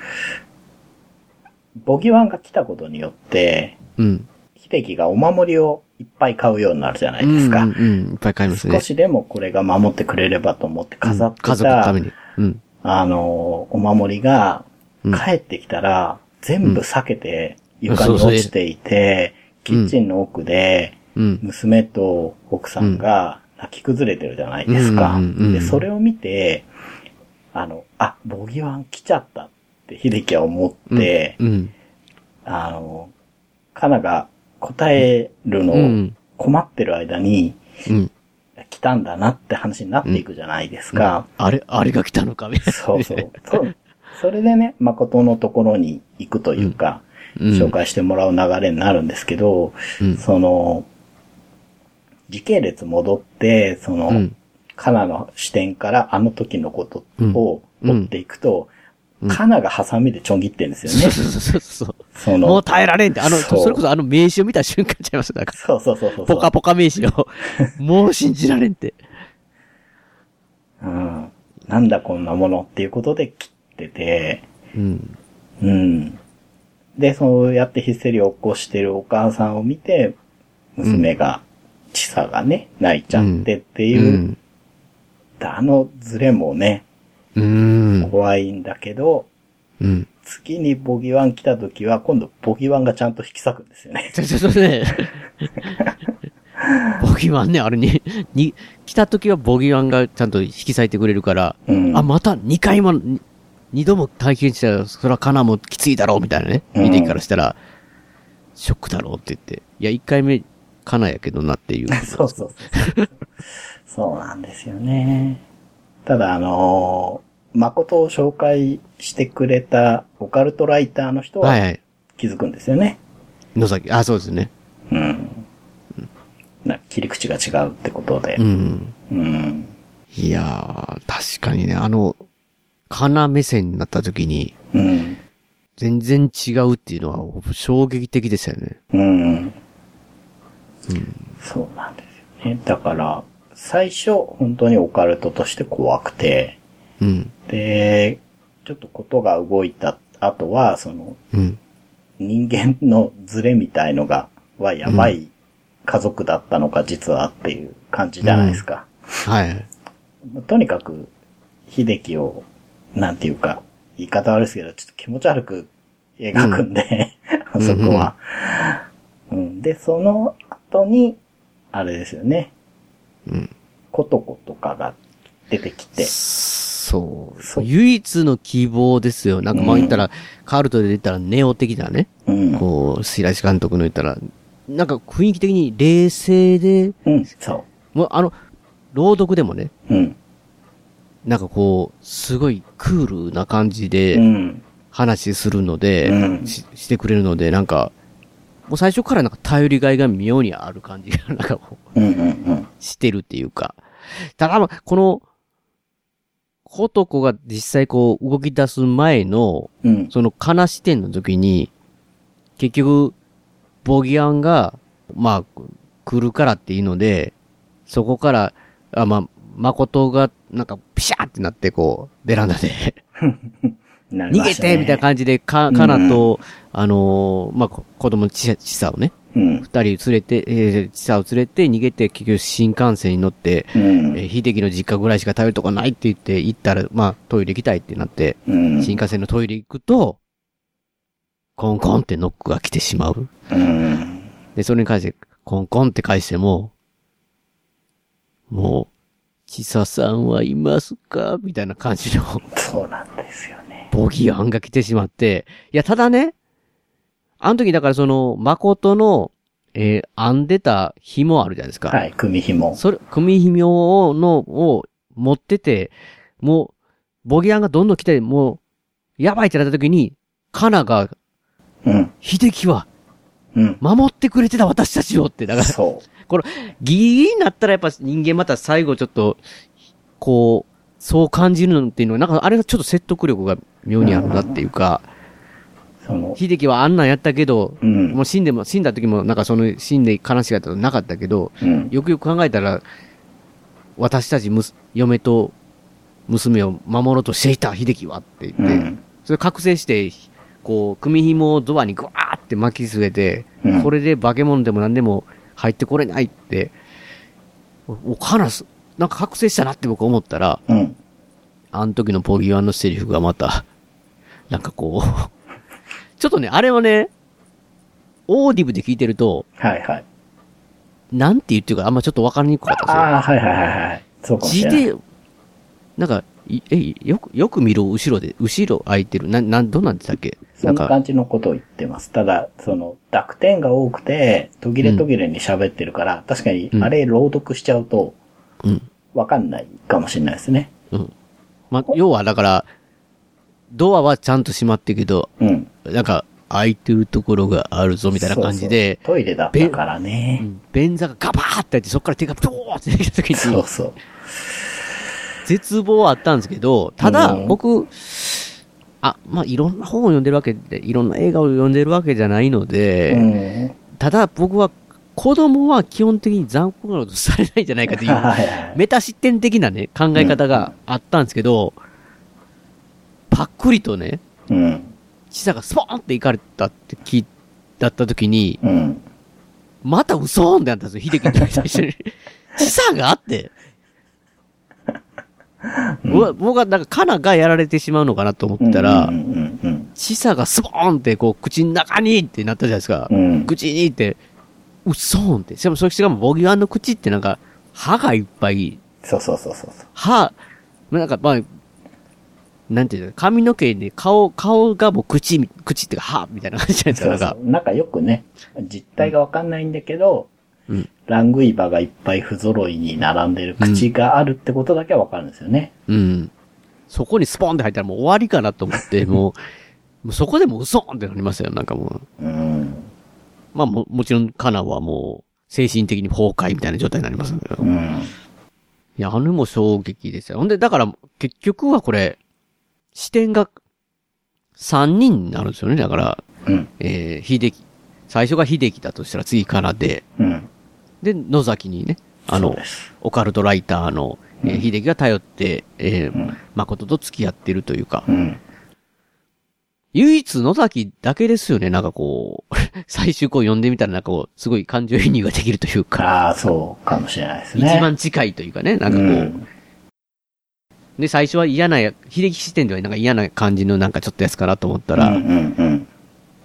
S4: ボギワンが来たことによって、
S2: うん。
S4: 秀樹がお守りをいっぱい買うようになるじゃないですか。
S2: うん、うん、うんいっぱい買いますね。
S4: 少しでもこれが守ってくれればと思って飾って
S2: 家族のた
S4: た
S2: め、に。うん。
S4: あの、お守りが、帰ってきたら、全部避けて、
S2: うん
S4: 床に落ちていて、キッチンの奥で、
S2: うん。
S4: 娘と奥さんが泣き崩れてるじゃないですか。
S2: うんうんうんうん
S4: で、それを見て、あの、あ、ボギワン来ちゃったって、秀樹は思って、
S2: うん。
S4: あの、カナが答えるのを困ってる間に、
S2: うん。
S4: 来たんだなって話になっていくじゃないですか。
S2: あれ、あれが来たのか、みたいな。
S4: そうそう。 そうそれでね、誠のところに行くというか、
S2: うん
S4: 紹介してもらう流れになるんですけど、その、時系列戻って、その、
S2: うん
S4: カナの視点からあの時のことを
S2: うん
S4: 追っていくと、カナがハサミでちょん切ってるんですよね。
S2: そうそう
S4: その
S2: もう耐えられんって、あの、
S4: そ
S2: そうれこそあの名刺を見た瞬間ちゃいました、なんか。
S4: そうそうそうそう。
S2: ポカポカ名刺 を。もう信じられんって。
S4: うん。なんだこんなものっていうことで切ってて、
S2: うん。
S4: うん。で、そうやってヒステリーを起こしてるお母さんを見て、娘が、ちさがね、泣いちゃってっていう、あのズレもね、
S2: うん。
S4: 怖いんだけど、
S2: うん。
S4: 次にボギワン来た時は、今度ボギワンがちゃんと引き裂くんですよね。
S2: ちょ、ちょっと ね。ボギワンね、あれに、に、来た時はボギワンがちゃんと引き裂いてくれるから、あ、また2回も、に二度も体験したら、そらカナもきついだろう、みたいなね。
S4: うん
S2: 見てからしたら、ショックだろうって言って。いや、1回目、カナやけどなっていう。
S4: そうそうそう。そうなんですよね。ただ、あのー誠を紹介してくれたオカルトライターの人
S2: はい
S4: は
S2: はい。
S4: 気づくんですよね。
S2: 野崎、あ、そうですね。
S4: うん。な切り口が違うってことで。
S2: うん。
S4: うん。
S2: いやー、確かにね、あの、カナ目線になった時に、
S4: うん。
S2: 全然違うっていうのは、衝撃的でしたよね。
S4: うん。そうなんですよね。だから、最初、本当にオカルトとして怖くて、
S2: うん。
S4: で、ちょっとことが動いた後は、その、
S2: うん。
S4: 人間のズレみたいのが、はやばい家族だったのか、実はっていう感じじゃないですか。
S2: はい。
S4: とにかく、秀樹を、なんていうか、言い方悪いですけど、ちょっと気持ち悪く描くんで、
S2: うん
S4: そこは、うんで、その後に、あれですよね。
S2: うん。
S4: ことことかが出てきて、
S2: そう。唯一の希望ですよ。なんかまあ言ったら、カルトで言ったらネオ的なね、
S4: うん
S2: こう、白石監督の言ったら、なんか雰囲気的に冷静で、
S4: うん、そ
S2: もうあの、朗読でもね、
S4: う。うん。
S2: なんかこう、すごいクールな感じで
S4: うん、
S2: 話するので、
S4: うん
S2: し、してくれるので、なんか、もう最初からなんか頼りがいが妙にある感じが、 なんかこう、
S4: うんうんうん。
S2: してるっていうか。ただ、まあこの、ことこが実際こう動き出す前の、
S4: うん
S2: その悲視点の時に、結局、ボギアンが、まあ、来るからっていうので、そこから、あまあ、誠が、なんか、ピシャーってなって、こう、ベランダで、
S4: なり
S2: 逃
S4: ま
S2: げ
S4: したね
S2: てみたいな感じで、か、
S4: うん
S2: かなと、あのーまあ、こ子供のちちさをね、
S4: うん
S2: 二。人連れて、えー、ちさを連れて逃げて、結局新幹線に乗って、
S4: うん
S2: えー秀樹の実家ぐらいしか食べるとこないって言って、行ったら、まあ、トイレ行きたいってなって、
S4: うん
S2: 新幹線のトイレ行くと、コンコンってノックが来てしまう。
S4: うん。
S2: で、それに関して、コンコンって返しても、もう、ちささんはいますかみたいな感じの、
S4: そうなんですよね。
S2: ボギー案が来てしまって、いや、ただね、あの時だからその、誠の、えー編んでた紐あるじゃないですか。
S4: はい、組紐。
S2: それ、組紐を、の、を持ってて、もう、ボギアンがどんどん来て、もう、やばいってなった時に、カナが、
S4: うん。
S2: 秀樹は、守ってくれてた私たちをって、だから、この、ギリギリになったらやっぱ人間また最後ちょっと、こう、そう感じるのっていうのは、なんかあれがちょっと説得力が妙にあるなっていうか、秀樹はあんなんやったけど、もう死んでも、死んだ時もなんかその死んで悲しかったことなかったけど、
S4: うん
S2: よくよく考えたら、私たちむす嫁と娘を守ろうとしていた秀樹はって言って、それ覚醒して、こう、組紐をドアにグワーって巻き据えて、これで化け物でも何でも入ってこれないって、お、おカナス、なんか覚醒したなって僕思ったら、あの時のポギワンのセリフがまた、 なんかこう、 ちょっとね、あれはね、オーディブで聞いてると、
S4: はいはい。
S2: なんて言ってるかあんまちょっとわかりにくかったんですよ。
S4: ああ、はいはいはいはい。そうかもしれない。
S2: GT、なんか、いえ、よく、よく見ろ、後ろで、後ろ空いてる。な、なん、どんなんでしたっけ
S4: そんな
S2: か、
S4: 感じのことを言ってます。ただ、その、濁点が多くて、途切れ途切れに喋ってるから、確かに、あれ朗読しちゃうと、わかんないかもしれないですね。
S2: うん。ま、要はだから、ドアはちゃんと閉まってるけど、なんか、空いてるところがあるぞ、みたいな感じで、
S4: そうそうトイレだったからね。
S2: 便座がガバーってやって、そっから手がドーって出た時に、
S4: そうそう。
S2: 絶望はあったんですけど、ただ
S4: うん
S2: 僕、あ、まあ、いろんな本を読んでるわけで、いろんな映画を読んでるわけじゃないので、ただ僕は子供は基本的に残酷なことされないんじゃないかとい
S4: はいは
S2: う、メタ視点的なね、考え方があったんですけど、パックリとね、
S4: うん。
S2: ちさがスポーンって行かれたって聞いだった時に、また嘘ーんってなったんですよ、秀樹に対して。 ちさがあって。僕は僕は、なんか、カナがやられてしまうのかなと思ったら、ちさがスポーンって、こう、口の中にってなったじゃないですか。口にって、嘘ーんって。しかも、それしかも、ボギワンの口ってなんか、歯がいっぱい。
S4: そうそうそうそう。
S2: 歯、なんか、まあ、なんていうの、髪の毛で顔、顔がもう口み、口っていうか歯みたいな感じじゃないですか。
S4: そうそう。なんかよくね、実態がわかんないんだけど、
S2: うん
S4: ラングイバがいっぱい不揃いに並んでる口があるってことだけはわかるんですよね。
S2: うん。そこにスポンって入ったらもう終わりかなと思って、もう、もうそこでもう嘘ってなりましたよ、なんかも
S4: う。うん。
S2: まあも、もちろんカナはもう、精神的に崩壊みたいな状態になりますけど。
S4: うん。
S2: いや、あのも衝撃でしたよ。ほんで、だから、結局はこれ、視点が、3人になるんですよね、だから。
S4: うん
S2: えー、秀樹。最初が秀樹だとしたら次カナで、
S4: うん。
S2: で、野崎にね、あの、オカルトライターの、えー、秀樹が頼って、えー誠と付き合ってるというか、唯一野崎だけですよね、なんかこう、 最終こう読んでみたらなんかこう、すごい感情移入ができるという
S4: か、ああ、そうかもしれないですね。
S2: 一番近いというかね、なんかこう、で、最初は嫌なや、秀樹視点ではなんか嫌な感じのなんかちょっとやつかなと思ったら、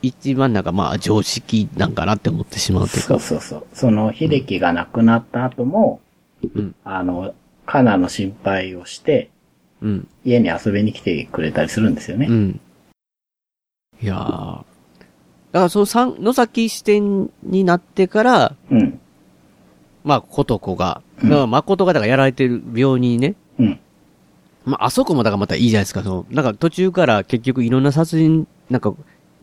S2: 一番なんかまあ常識なんかなって思ってしまうというか。
S4: そうそうそう。その、秀樹が亡くなった後も、あの、カナの心配をして、
S2: うん
S4: 家に遊びに来てくれたりするんですよね。
S2: うん。いやー。だからその三、野崎視点になってから、
S4: うん。
S2: まあ、ことこが、だから誠がだからやられてる病にね、
S4: うん。
S2: まあ、あそこもだからまたいいじゃないですか、その、なんか途中から結局いろんな殺人、なんか、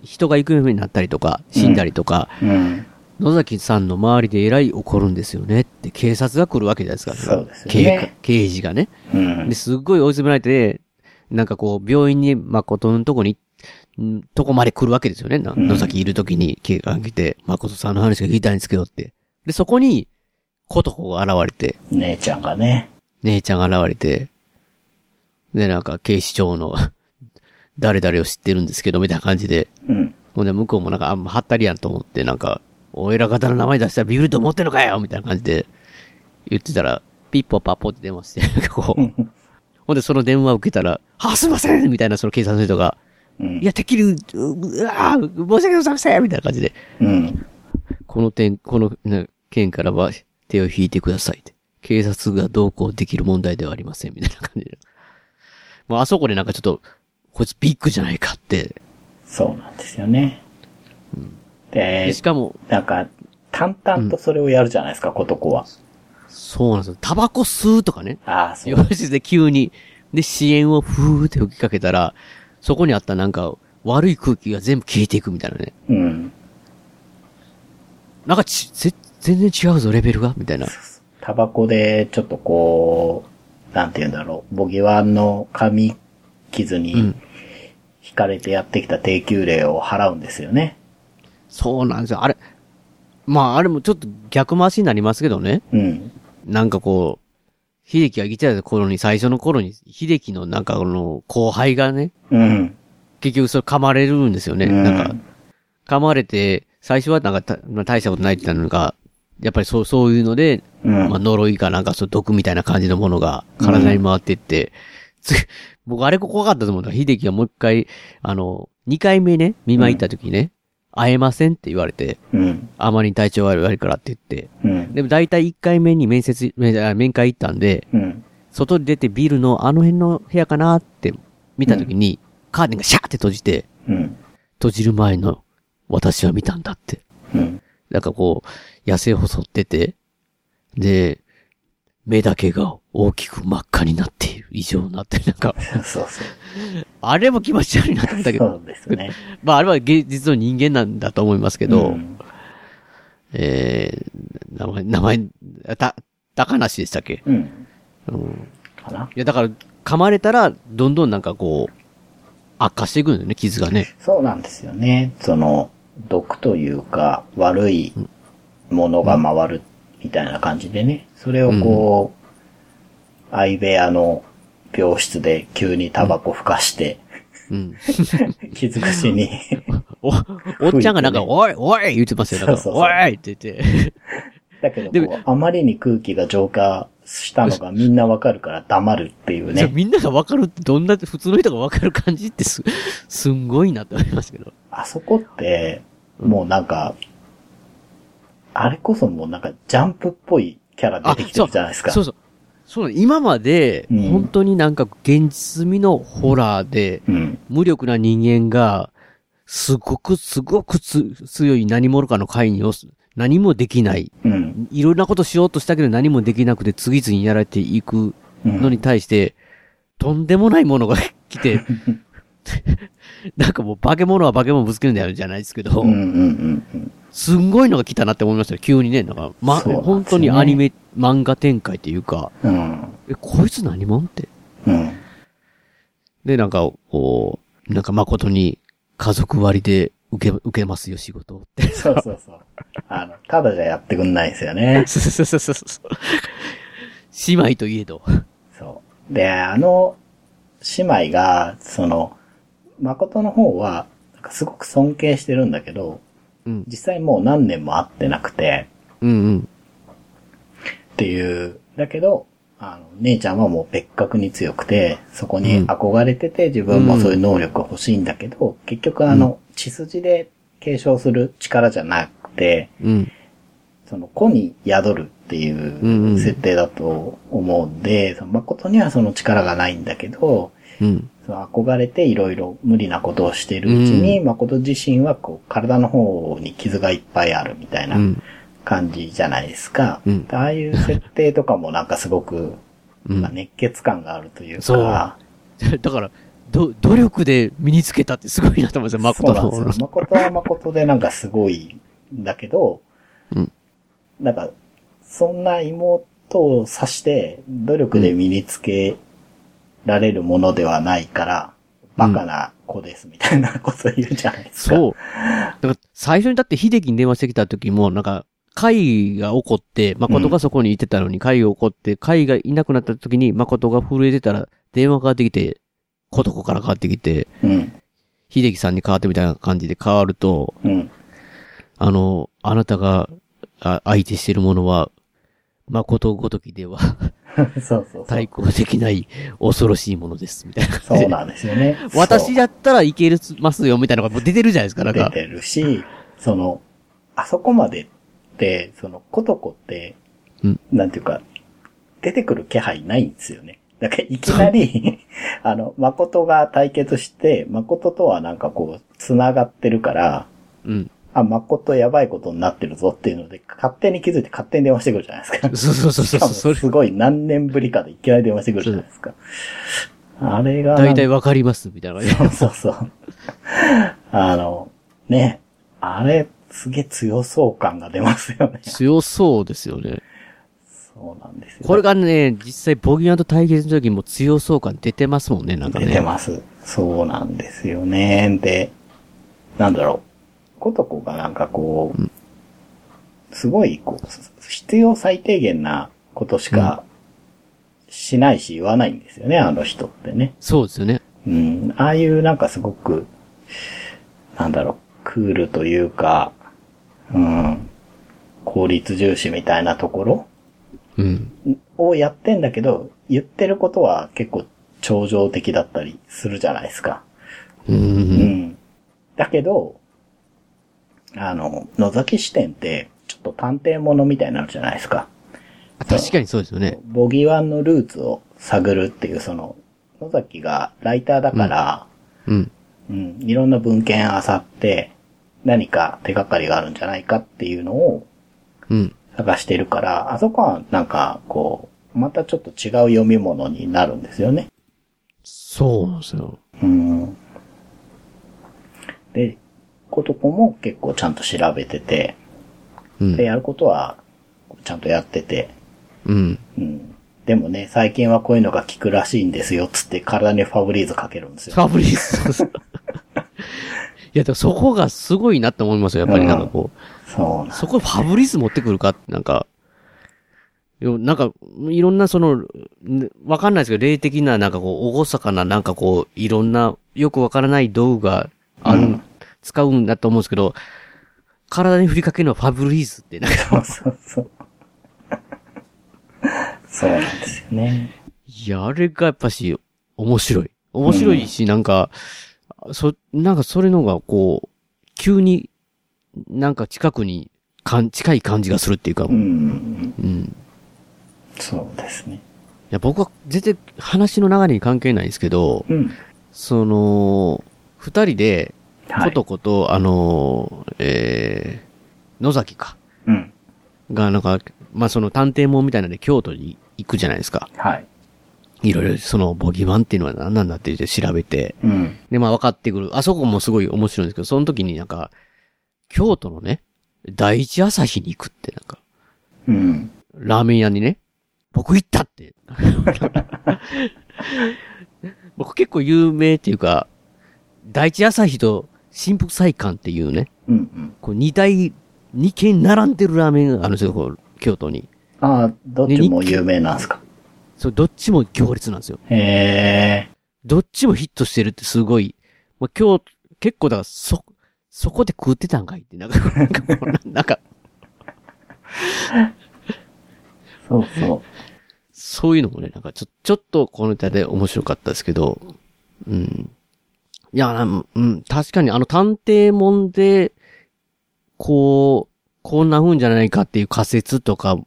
S2: 人が行方不明になったりとか、死んだりとか、
S4: うん。
S2: 野崎さんの周りでえらい怒るんですよねって、警察が来るわけじゃないですか。
S4: そうですよね
S2: 刑刑事がね。
S4: うん
S2: ですっごい追い詰められて、なんかこう、病院に誠のとこに、んとこまで来るわけですよね。な
S4: うん
S2: 野崎いるときに警官が来て、誠さんの話が聞きたいんですけどって。で、そこに、ことこが現れて。
S4: 姉ちゃんがね。
S2: 姉ちゃんが現れて。で、なんか警視庁の、 誰々を知ってるんですけど、みたいな感じで。
S4: うん。
S2: ほんで、向こうもなんか、あんま、はったりやんと思って、なんか、お偉方の名前出したらビビると思ってんのかよみたいな感じで、言ってたら、ピッポパッポって電話して、 なんかこう。ほんで、その電話を受けたら、あ、すいませんみたいな、その警察の人が、いや、てっきり、う、ううわー申し訳ございませんみたいな感じで、
S4: うん。
S2: この点、このね件からは手を引いてくださいって。警察が同行できる問題ではありません、みたいな感じで。もうあそこでなんかちょっと、こいつビッグじゃないかって。
S4: そうなんですよね。で、
S2: しかも、
S4: なんか、淡々とそれをやるじゃないですか、ことこは。
S2: そうなんですよ。タバコ吸うとかね。
S4: ああ、そう。
S2: よしで急に。で、支援をふーって吹きかけたら、そこにあったなんか、悪い空気が全部消えていくみたいなね。
S4: うん。
S2: なんかち、ぜ、全然違うぞ、レベルがみたいな。
S4: タバコで、ちょっとこう、なんて言うんだろう、ボギワンの紙傷に惹かれてやってきた低級令を払うんですよね。
S2: そうなんですよ。あれ、まあ、あれもちょっと逆回しになりますけどね。
S4: うん。
S2: なんかこう、秀樹がギターやった頃に、最初の頃に、秀樹のなんかこの後輩がね、
S4: うん。
S2: 結局それ噛まれるんですよね。
S4: うん
S2: なんか、噛まれて、最初はなんかた、まあ、大したことないって言ったのが、やっぱりそう、そういうので、
S4: うん
S2: まあ呪いかなんかそう毒みたいな感じのものが体に回って って、つ僕あれ怖かったと思うのは、秀樹がもう一回、あの、二回目ね、見舞い行った時にね、会えませんって言われて、
S4: うん。
S2: あまり体調悪いからって言って、
S4: うん。
S2: でも大体一回目に面接、面あ面会行ったんで、
S4: うん。
S2: 外に出てビルのあの辺の部屋かなって見た時に、カーテンがシャーって閉じて、
S4: うん。
S2: 閉じる前の私は見たんだって。
S4: うん。
S2: なんかこう、痩せ細ってて、で、目だけが大きく真っ赤になっている異常になって、なんか、
S4: そうそう。
S2: あれも気持ち悪いなと思ったけど。
S4: そうですね。
S2: まあ、あれは現実の人間なんだと思いますけど、
S4: うん
S2: えー、名前、名前、た、高梨でしたっけ
S4: うん。
S2: うん。
S4: かない
S2: や、だから、噛まれたら、どんどんなんかこう、悪化していくんだよね、傷がね。
S4: そうなんですよね。その、毒というか、悪いものが回るみたいな感じでね。それをこう、相部屋の病室で急にタバコふかして、
S2: うん。
S4: 気づくし に。
S2: お、おっちゃんがなんか、おい、おい言ってますよ。なんか、
S4: そうそうそう
S2: おいって言って。
S4: だけどこう、あまりに空気が浄化したのがみんなわかるから黙るっていう
S2: じゃあ
S4: ね。
S2: みんながわかるって、どんな、普通の人がわかる感じってす、すんごいなって思いますけど。
S4: あそこって、もうなんか、あれこそもうなんかジャンプっぽいキャラ出てきてるじゃないですか。
S2: そうそう。そう、今まで、
S4: うん
S2: 本当になんか現実味のホラーで、
S4: うん
S2: 無力な人間が、すごくすごくつ強い何者かの会にをす、何もできない。
S4: うん。
S2: いろんなことしようとしたけど何もできなくて次々にやられていくのに対して、とんでもないものが 来て、 なんかもう化け物は化け物ぶつけるんだよじゃないですけど、
S4: うんうんうんうん。
S2: すんごいのが来たなって思いましたよ急にね。なんか、ま、
S4: そうなんですね
S2: 本当にアニメ、漫画展開っていうか、
S4: うん。
S2: え、こいつ何者って。
S4: うん。
S2: で、なんか、こう、なんか誠に家族割で受け、受けますよ、仕事を って。
S4: そうそうそう。あの、ただじゃやってくんないですよね。
S2: そうそうそうそうそう。姉妹といえど。
S4: そう。で、あの、姉妹が、その、誠の方は、なんかすごく尊敬してるんだけど、
S2: うん
S4: 実際もう何年も会ってなくて、
S2: うんうん。
S4: っていう、だけど、あの、姉ちゃんはもう別格に強くて、そこに憧れてて、自分もそういう能力が欲しいんだけど、結局あの、血筋で継承する力じゃなくて、
S2: うん。
S4: その子に宿るっていう設定だと思うんで、その誠にはその力がないんだけど、
S2: うん。
S4: その憧れていろいろ無理なことをしているうちに、誠自身はこう体の方に傷がいっぱいあるみたいな
S2: うん
S4: 感じじゃないですか。
S2: うん
S4: ああいう設定とかもなんかすごく、
S2: うん
S4: まあ熱血感があるという
S2: そう
S4: か、
S2: だから、ど、努力で身につけたってすごいなと思いますよ、誠
S4: そうなんですよ
S2: の。。
S4: 誠は誠でなんかすごいんだけど、
S2: うん
S4: なんか、そんな妹を指して、努力で身につけられるものではないから、バカな子ですみたいなこと言うじゃないですか。
S2: そう。だから最初にだって秀樹に電話してきた時も、なんか、会が起こって、誠がそこにいてたのに、会が起こって、会がいなくなった時に、誠が震えてたら、電話がかかってきて、ことこからかかってきて、
S4: うん。
S2: 秀樹さんに変わってみたいな感じで変わると、
S4: うん。
S2: あの、あなたが、あ相手してるものは、誠ごときでは、
S4: そうそうそう。
S2: 対抗できない恐ろしいものです、みたいな感じ。
S4: そうなんですよね
S2: 私だったらいけるますよ、みたいなのがもう出てるじゃないですか、なん
S4: 出
S2: か。
S4: てるし、その、あそこまでって、その、コトコって、
S2: うん
S4: なんていうか、出てくる気配ないんですよね。だからいきなり、 あの、誠が対決して、誠とはなんかこう、繋がってるから、
S2: うん。
S4: あ、誠やばいことになってるぞっていうので、勝手に気づいて勝手に電話してくるじゃないですか。
S2: そうそうそうそう
S4: しかもすごい何年ぶりかでいきなり電話してくるじゃないですか。あれがなんか
S2: 大体わかります、みたいな感じ。
S4: そうそうそう。あの、ね、あれ、すげえ強そう感が出ますよね。
S2: 強そうですよね。
S4: そうなんですよ。
S2: これがね、実際ボギーアンと対決の時も強そう感出てますもんね、なんかね。
S4: 出てます。そうなんですよね。で、なんだろう。ことこがなんかこう、すごいこう、す必要最低限なことしかしないし言わないんですよね、あの人ってね。
S2: そうですよね。
S4: うん。ああいうなんかすごく、なんだろう、クールというか、うん、効率重視みたいなところ
S2: うん。
S4: をやってんだけど、言ってることは結構超常的だったりするじゃないですか。
S2: うん
S4: うん。だけど、あの、野崎支店って、ちょっと探偵物みたいになるじゃないですか。
S2: 確かにそうですよね。
S4: ボギーワンのルーツを探るっていう、その、野崎がライターだから、
S2: うん。
S4: うん、いろんな文献あさって、何か手がかりがあるんじゃないかっていうのを
S2: うん。
S4: 探してるから、あそこはなんか、こう、またちょっと違う読み物になるんですよね。
S2: そうなんですよ。
S4: うん。で、ことこも結構ちゃんと調べてて、
S2: うん
S4: で、やることはちゃんとやってて、
S2: うん。
S4: うん。でもね、最近はこういうのが効くらしいんですよ、つって体にファブリーズかけるんですよ。
S2: ファブリー ズ。いや、でもそこがすごいなって思いますよ、やっぱりなんかこ
S4: う。そう
S2: そこファブリーズ持ってくるかって、なんか、よなんか、いろんなその、ねわかんないですけど、霊的な、なんかこう、おごさかな、なんかこう、いろんな、よくわからない道具がある、使うんだと思うんですけど、体に振りかけるのはファブリーズって、なん
S4: か。そうそう。そうなんですよね。
S2: いや、あれがやっぱし、面白い。面白いし、なんか、そ、なんかそれのが、こう、急に、なんか近くに、かん、近い感じがするっていうか、
S4: うん。
S2: うん。
S4: そうですね。
S2: いや、僕は全然話の流れに関係ないんですけど、
S4: うん
S2: その、二人で、
S4: はい
S2: ことこと、あのー、えー、野崎か。
S4: うん
S2: が、なんか、まあ、その探偵門みたいなんで京都に行くじゃないですか。
S4: はい。
S2: いろいろ、その、ボギワンっていうのは何なんだって言って調べて、
S4: うん。
S2: で、まあ、分かってくる。あそこもすごい面白いんですけど、その時になんか、京都のね、第一朝日に行くって、なんか、
S4: うん。
S2: ラーメン屋にね、僕行ったって。僕結構有名っていうか、第一朝日と新福祭館っていうね、
S4: うんうん。
S2: こう二大、二軒並んでるラーメンがあるんですよ、こう京都に。
S4: ああ、どっちも有名なんですか
S2: そう、どっちも行列なんですよ。
S4: へえ。
S2: どっちもヒットしてるってすごい。まあ、今日、結構だから、そ、そこで食ってたんかいって、なんか、なんかこう、なんか、
S4: そうそう。
S2: そういうのもね、なんかちょ、ちょっとこのネタで面白かったですけど、うん。いや、なんうん、確かにあの探偵もんで、こう、こんな風んじゃないかっていう仮説とか、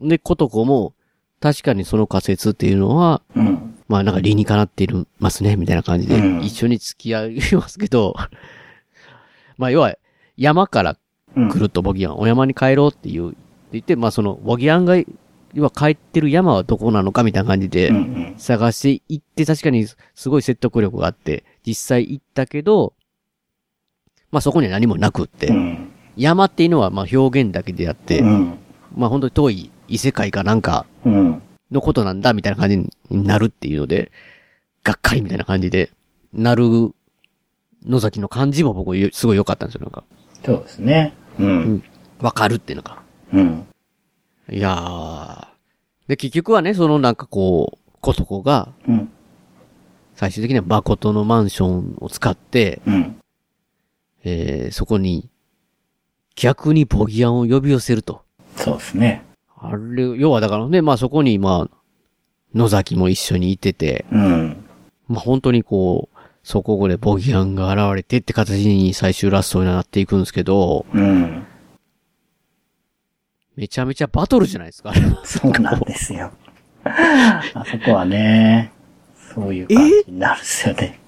S2: で、ことこも、確かにその仮説っていうのは、
S4: うん
S2: まあなんか理にかなっていますね、みたいな感じで、
S4: うん
S2: 一緒に付き合いますけど、 まあ要は、山から来るとボギアン、お山に帰ろうっていう、って言って、まあその、ボギアンが、要は帰ってる山はどこなのかみたいな感じで
S4: うんうん、
S2: 探していって、確かにすごい説得力があって、実際行ったけど、まあそこには何もなくって、
S4: うん。
S2: 山っていうのはまあ表現だけであって、
S4: うん。
S2: まあ本当に遠い異世界かなんか
S4: うん。
S2: のことなんだみたいな感じになるっていうので、がっかりみたいな感じで、なる野崎の感じも僕よすごい良かったんですよ、なんか。
S4: そうですね。うん。
S2: わかるっていうのか。
S4: うん。
S2: いやー。で、結局はね、そのなんかこう、コトコが、
S4: うん
S2: 最終的には誠のマンションを使って、
S4: うん
S2: えー、そこに、逆にボギアンを呼び寄せると。
S4: そうですね。
S2: あれ、要はだからね、まあそこに、まあ、野崎も一緒にいてて、
S4: うん。
S2: まあ本当にこう、そこでボギアンが現れてって形に最終ラストになっていくんですけど、
S4: うん。
S2: めちゃめちゃバトルじゃないですか。
S4: そうなんです よ。あそこはね、そういう感じになるんですよね。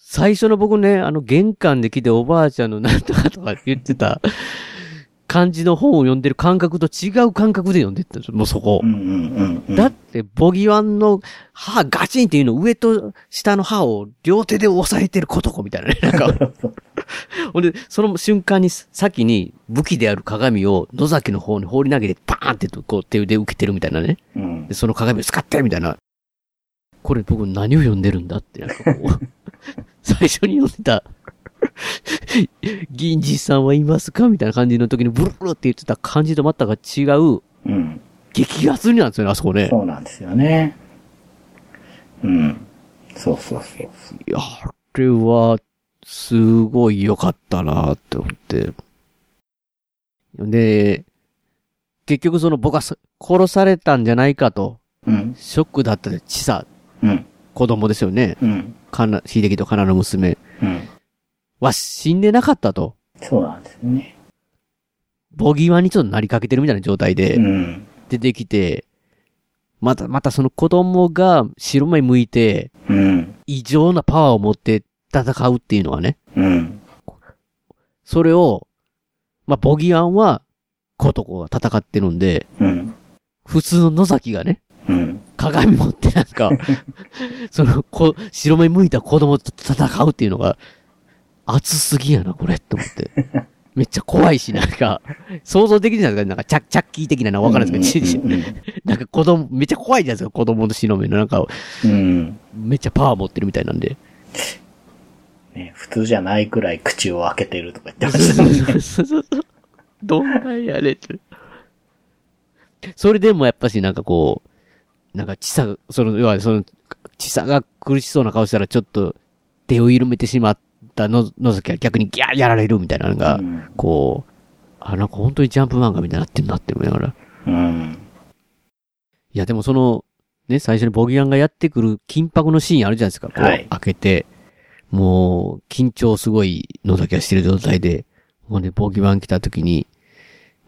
S2: 最初の僕ね、あの、玄関で来ておばあちゃんのなんとかとか言ってた感じの本を読んでる感覚と違う感覚で読んでったんですよもうそこ。だって、ボギワンの歯 ガチンっていうの上と下の歯を両手で押さえてることこみたいなね。なんか、ほんで、その瞬間に、先に武器である鏡を野崎の方に放り投げて、バーンってこう手で受けてるみたいなね。
S4: うん
S2: で、その鏡を使ってみたいな。これ僕何を読んでるんだって、なんかこ う、最初に読んでた、銀次さんはいますかみたいな感じの時にブルブルって言ってた感じと全く違う、
S4: うん。
S2: 激アツになんですよね、あそこね。
S4: そうなんですよね。うん。そうそうそうそう。
S2: いや、あれは、すごい良かったなって思って。で、結局その僕はそ殺されたんじゃないかと、
S4: うん。
S2: ショックだったで、ちさ、
S4: うん。
S2: 子供ですよね。
S4: うん。
S2: かな、秀樹とかなの娘
S4: うん。
S2: は死んでなかったと。
S4: そうなんですよね。
S2: ボギーワにちょっとなりかけてるみたいな状態で
S4: うん、
S2: 出てきて、また、またその子供が白目向いて、
S4: うん。
S2: 異常なパワーを持って戦うっていうのはね、
S4: うん。
S2: それを、まあ、ボギアンは、コトコが戦ってるんで、
S4: うん。
S2: 普通の野崎がね、
S4: うん。
S2: 鏡持ってなん か、その、こ、白目向いた子供と戦うっていうのが、熱すぎやな、これ、と思って。めっちゃ怖いし、なんか、想像できるじゃないですか、なんか、チャチャッキー的なのはわかるんないですけど、
S4: うんうんうん
S2: なんか子供、めっちゃ怖いじゃないですか、子供の白目の、なんか、
S4: うん。
S2: めっちゃパワー持ってるみたいなんで。
S4: ね、普通じゃないくらい口を開けてるとか言ってましたもんね。
S2: どんなやれって。それでもやっぱしなんかこう、なんかちさ、その、要はその、ちさが苦しそうな顔したらちょっと手を緩めてしまったの、のぞきは逆にギャーやられるみたいなのが、こう、あ、なんか本当にジャンプ漫画みたいになってるなって思いながら。
S4: うん。
S2: いやでもその、ね、最初にボギアンがやってくる緊迫のシーンあるじゃないですか。こう、
S4: はい
S2: 開けて、もう、緊張すごい野崎はしてる状態で、ほんで、ボギワン来た時に、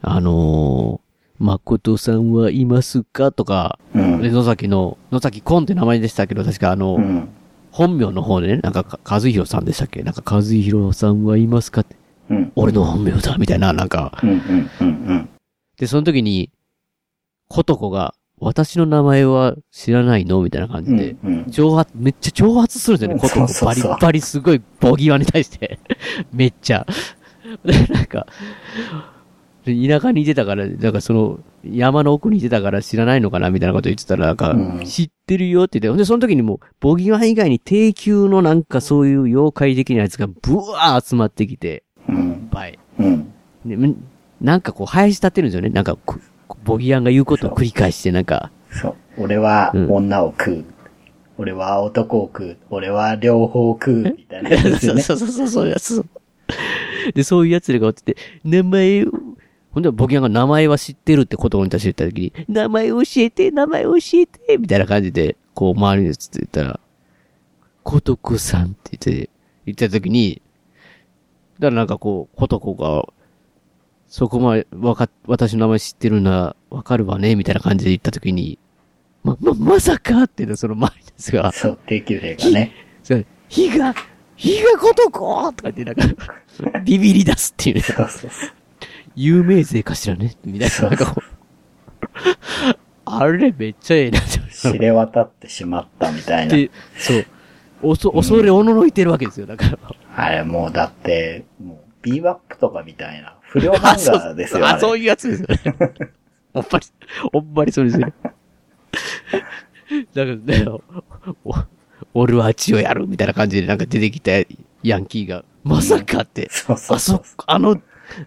S2: あのー、誠さんはいますかとか、
S4: うん
S2: で野崎の、野崎コンって名前でしたけど、確かあの、
S4: うん
S2: 本名の方でね、なんかか、和弘さんでしたっけなんか、和弘さんはいますかって、
S4: うん
S2: 俺の本名だみたいな、なんか、
S4: うんうんうんうん。
S2: で、その時に、ことこが、私の名前は知らないのみたいな感じで、
S4: うんうん
S2: 挑発、めっちゃ挑発するんですよね、
S4: うん
S2: ことこ
S4: そう
S2: バ
S4: そう
S2: リ
S4: そう
S2: バリすごいボギワに対して。 めっちゃ。でなんか、で田舎にいてたから、なんかその、山の奥にいてたから知らないのかなみたいなこと言ってたら、なんか、
S4: うん
S2: 知ってるよって言って、ほんでその時にもう、ボギワ以外に低級のなんかそういう妖怪的なやつがブワー集まってきて、
S4: うん。い
S2: っぱい。
S4: うん。
S2: でんなんかこう、林立てるんですよね。なんかこ、ボギアンが言うことを繰り返して、なんか、
S4: そう。俺は女を食う。俺は男を食う。俺は両方食う。みたいなやつですよ ね。
S2: そうそうそうそうそうそう。で、そういう奴らがおってて、名前を、ほんでボギアンが名前は知ってるってことに対して言った時に、名前教えて、名前教えて、みたいな感じで、こう周りのやつって言ったら、コトコさんって言って、言った時に、だからなんかこう、コトコが、そこまで、わか、私の名前知ってるな、わかるわね、みたいな感じで言った時に、ま、ま、まさかっていうのはその周りですが。
S4: そう、低級例がね。
S2: そう、火が、火がことことか言って、なん か、ビビり出すっていうね。有名勢かしらねみたいな。なんかこうあれめっちゃええな、
S4: 知れ渡ってしまったみたいな。
S2: でそう。おそ、恐れおののいてるわけですよ、だから。
S4: あれ、もうだって、もう、ビーバップとかみたいな、不良漫画です よ、
S2: あ
S4: あ
S2: そうあ、そう
S4: れ。
S2: いうやつですよね。 ほんまに、ほんまにそれですよ。だからね、お俺はあっちをやるみたいな感じでなんか出てきたヤンキーが、まさかって、あそ、あの、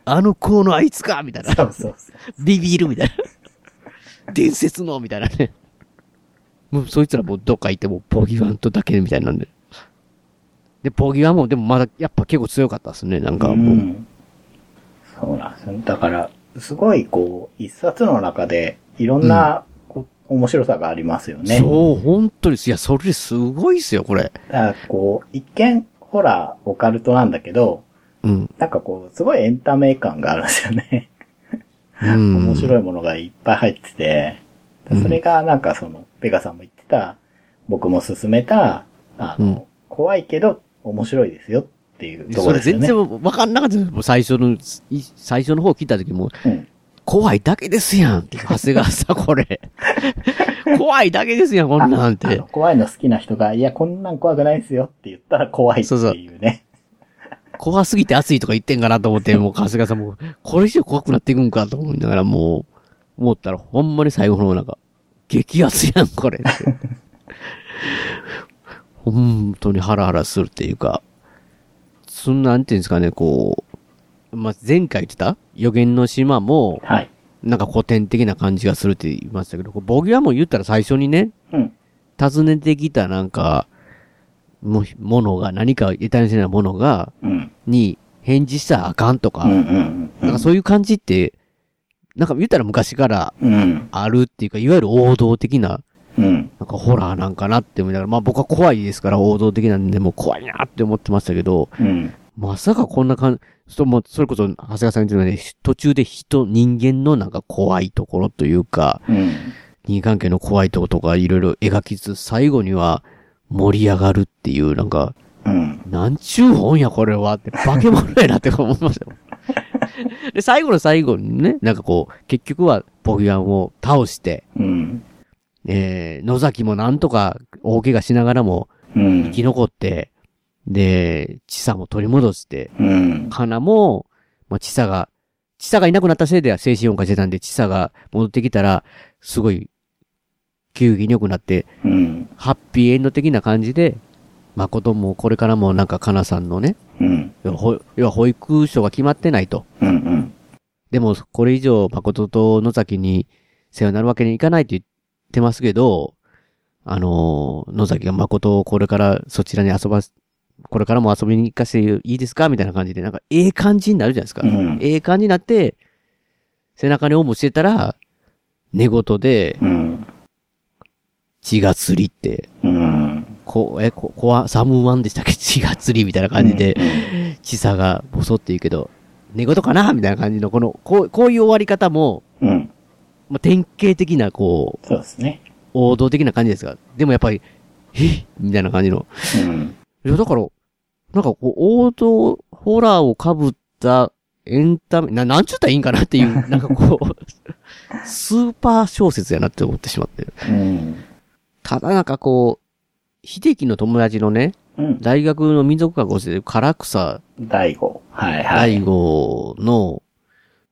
S2: あの子のあいつかみたいな。ビビるみたいな。伝説のみたいなね。もうそいつらもうどっか行ってもうボギワンとだけみたいなんで。で、ボギワンもでもまだやっぱ結構強かったですね、なんかもう。
S4: うんそうなんですよね。だから、すごい、こう、一冊の中で、いろんな、こう面白さがありますよね。
S2: そう、本当に、いや、それすごいっすよ、これ。
S4: だからこう、一見、ホラー、オカルトなんだけど、
S2: うん。
S4: なんかこう、すごいエンタメ感があるんですよね。
S2: うん。
S4: 面白いものがいっぱい入ってて、それがなんかその、ペガさんも言ってた、僕も勧めた、あの、
S2: うん
S4: 怖いけど面白いですよっていうとこ
S2: そ
S4: ろ
S2: れ
S4: ですよ
S2: 全
S4: ね。
S2: 然わかんなかったですもう最初の、い最初の方聞いた時も、怖いだけですやんって、長谷川さん、これ。怖いだけですやん、こんなん
S4: あ
S2: て
S4: の。怖いの好きな人が、いや、こんなん怖くないですよって言ったら怖いっていうね。
S2: 怖すぎて熱いとか言ってんかなと思って、もう春日さんも、これ以上怖くなっていくんかと思いながら、もう、思ったら、ほんまに最後の方なんか、激熱やん、これって。本当にハラハラするっていうか、そんなんていうんですかね、こう、まあ、前回言ってた予言の島も、なんか古典的な感じがするって言いましたけど、こうボギはもう言ったら最初にね、
S4: うん
S2: 訪ねてきたなんか、も、ものが、何か得体の知れないものが、
S4: うん
S2: に返事したらあかんとか、なんかそういう感じって、なんか言ったら昔から
S4: うん
S2: あるっていうか、いわゆる王道的な、
S4: うん
S2: なんかホラーなんかなって思いながら、まあ僕は怖いですから王道的なんで、もう怖いなって思ってましたけど、
S4: うん
S2: まさかこんな感じ、そうもうそれこそ、長谷川さんが言ってたように途中で人、人間のなんか怖いところというか、
S4: うん
S2: 人間関係の怖いところとかいろいろ描きつつ、最後には盛り上がるっていう、なんか、
S4: うん
S2: なんちゅう本やこれはって、化け物やなって思いましたよ。で、最後の最後にね、なんかこう、結局はボギアンを倒して、
S4: うん
S2: えー、野崎もなんとか大怪我しながらも、
S4: うん
S2: 生き残って、で、チサも取り戻して、
S4: うん
S2: カナも、まあ、チサが、チサがいなくなったせいでは精神音化してたんで、チサが戻ってきたら、すごい、球技に良くなって、
S4: うん
S2: ハッピーエンド的な感じで、誠もこれからもなんかカナさんのね、
S4: うん
S2: 要は保要は保育所が決まってないと。
S4: うんうん
S2: でも、これ以上、誠と野崎に世話になるわけにいかないって言ってますけど、あのー、野崎が誠をこれからそちらに遊ばす、これからも遊びに行かせていいですかみたいな感じで、なんか、ええ感じになるじゃないですか。
S4: うん
S2: ええ感じになって、背中におんぶしてたら、寝言で、
S4: うん
S2: 血が釣りって、
S4: うん
S2: こう、え、こ、こわ、サムワンでしたっけ血が釣りみたいな感じで、ちさがボソって言うけど、寝言かなみたいな感じの、この、こう、こういう終わり方も、
S4: うん
S2: まあ、典型的な、こう、
S4: そうですね。
S2: 王道的な感じですが、でもやっぱり、えみたいな感じの。
S4: うん
S2: いや、だから、なんかこう、王道、ホラーをかぶったエンタメ、な、なんちゅったらいいんかなっていう、なんかこう、スーパー小説やなって思ってしまって。
S4: うん
S2: ただなんかこう、秀樹の友達のね、
S4: うん
S2: 大学の民族学をしてる唐草
S4: 大悟。はいは
S2: 大
S4: い。
S2: 悟の、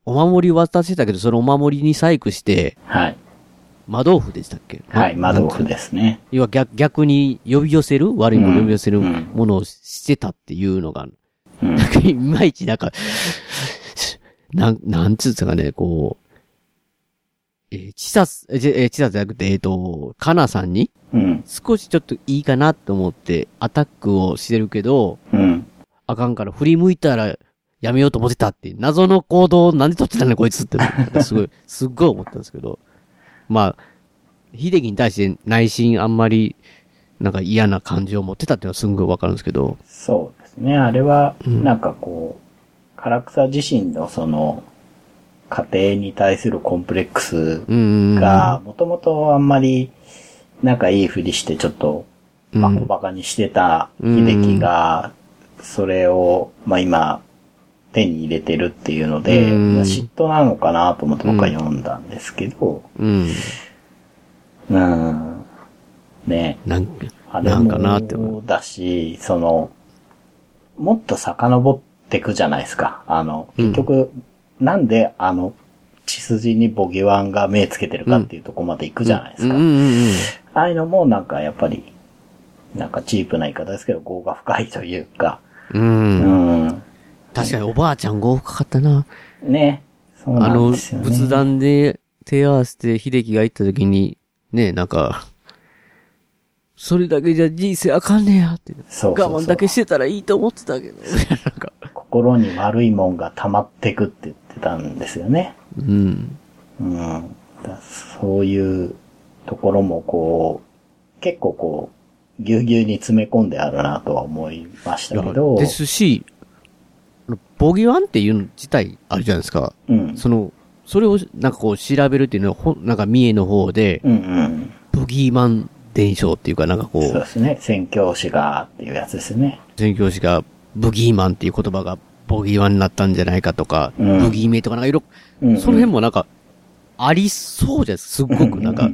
S2: お守り渡してたけど、そのお守りに細工して、
S4: はい。
S2: 魔豆腐でしたっけ。
S4: はい、魔豆腐ですすね。
S2: 要は逆逆に呼び寄せる悪いものを呼び寄せる
S4: うん
S2: ものをしてたっていうのが、
S4: うん
S2: なんかいまいちなんか、なん、なんつうんですかね、こう、えー、ちさす、えー、えーちさすじゃなくて、えっ、と、かなさんに、
S4: うん
S2: 少しちょっといいかなと思って、アタックをしてるけど、
S4: うん
S2: あかんから振り向いたらやめようと思ってたっていう、謎の行動をなんで取ってたんだこいつって、なんかすごい、 すっごい思ったんですけど、まあ、秀樹に対して内心あんまり、なんか嫌な感情を持ってたっていうのはすんごいわかるんですけど、
S4: そうですね。あれは、なんかこう、唐草自身のその、家庭に対するコンプレックスが、もともとあんまり、なんかいいふりしてちょっと、
S2: まあ、
S4: 小馬鹿にしてた秀樹が、それを、まあ今、手に入れてるっていうので、
S2: うん
S4: まあ嫉妬なのかなと思って僕は読んだんですけど、
S2: うん。
S4: うん。ね。
S2: なん
S4: あれ
S2: なん
S4: も
S2: かなって
S4: だし、その、もっと遡ってくじゃないですか。あの、結局、なんであの、血筋にボギワンが目つけてるかっていうとこまで行くじゃないですか。
S2: うんうんうん。
S4: ああいうのもなんかやっぱり、なんかチープな言い方ですけど、業が深いというか、
S2: うん。
S4: うん
S2: 確かにおばあちゃん豪華かったな。
S4: ね。そう
S2: あ
S4: なん
S2: の、
S4: ですよね。
S2: 仏壇で手合わせて秀樹が行った時に、ね、なんか、それだけじゃ人生あかんねやって。
S4: そうそうそう
S2: 我慢だけしてたらいいと思ってたけど。
S4: 心に悪いもんが溜まってくって言ってたんですよね。
S2: うん。
S4: うん。だそういうところもこう、結構こう、ぎゅうぎゅうに詰め込んであるなとは思いましたけど。
S2: ですし、あのボギワンっていうの自体あるじゃないですか。
S4: うん
S2: その、それをなんかこう調べるっていうのは、ほんなんか三重の方で、
S4: うんうん。
S2: ブギーマン伝承っていうかなんかこう、
S4: そうですね。宣教師がっていうやつですね。
S2: 宣教師がブギーマンっていう言葉がボギーワンになったんじゃないかとか、
S4: うん
S2: ブギーメイとかなんかいろ、
S4: うんうん
S2: その辺もなんか、ありそうじゃないですか、すっごくなんか。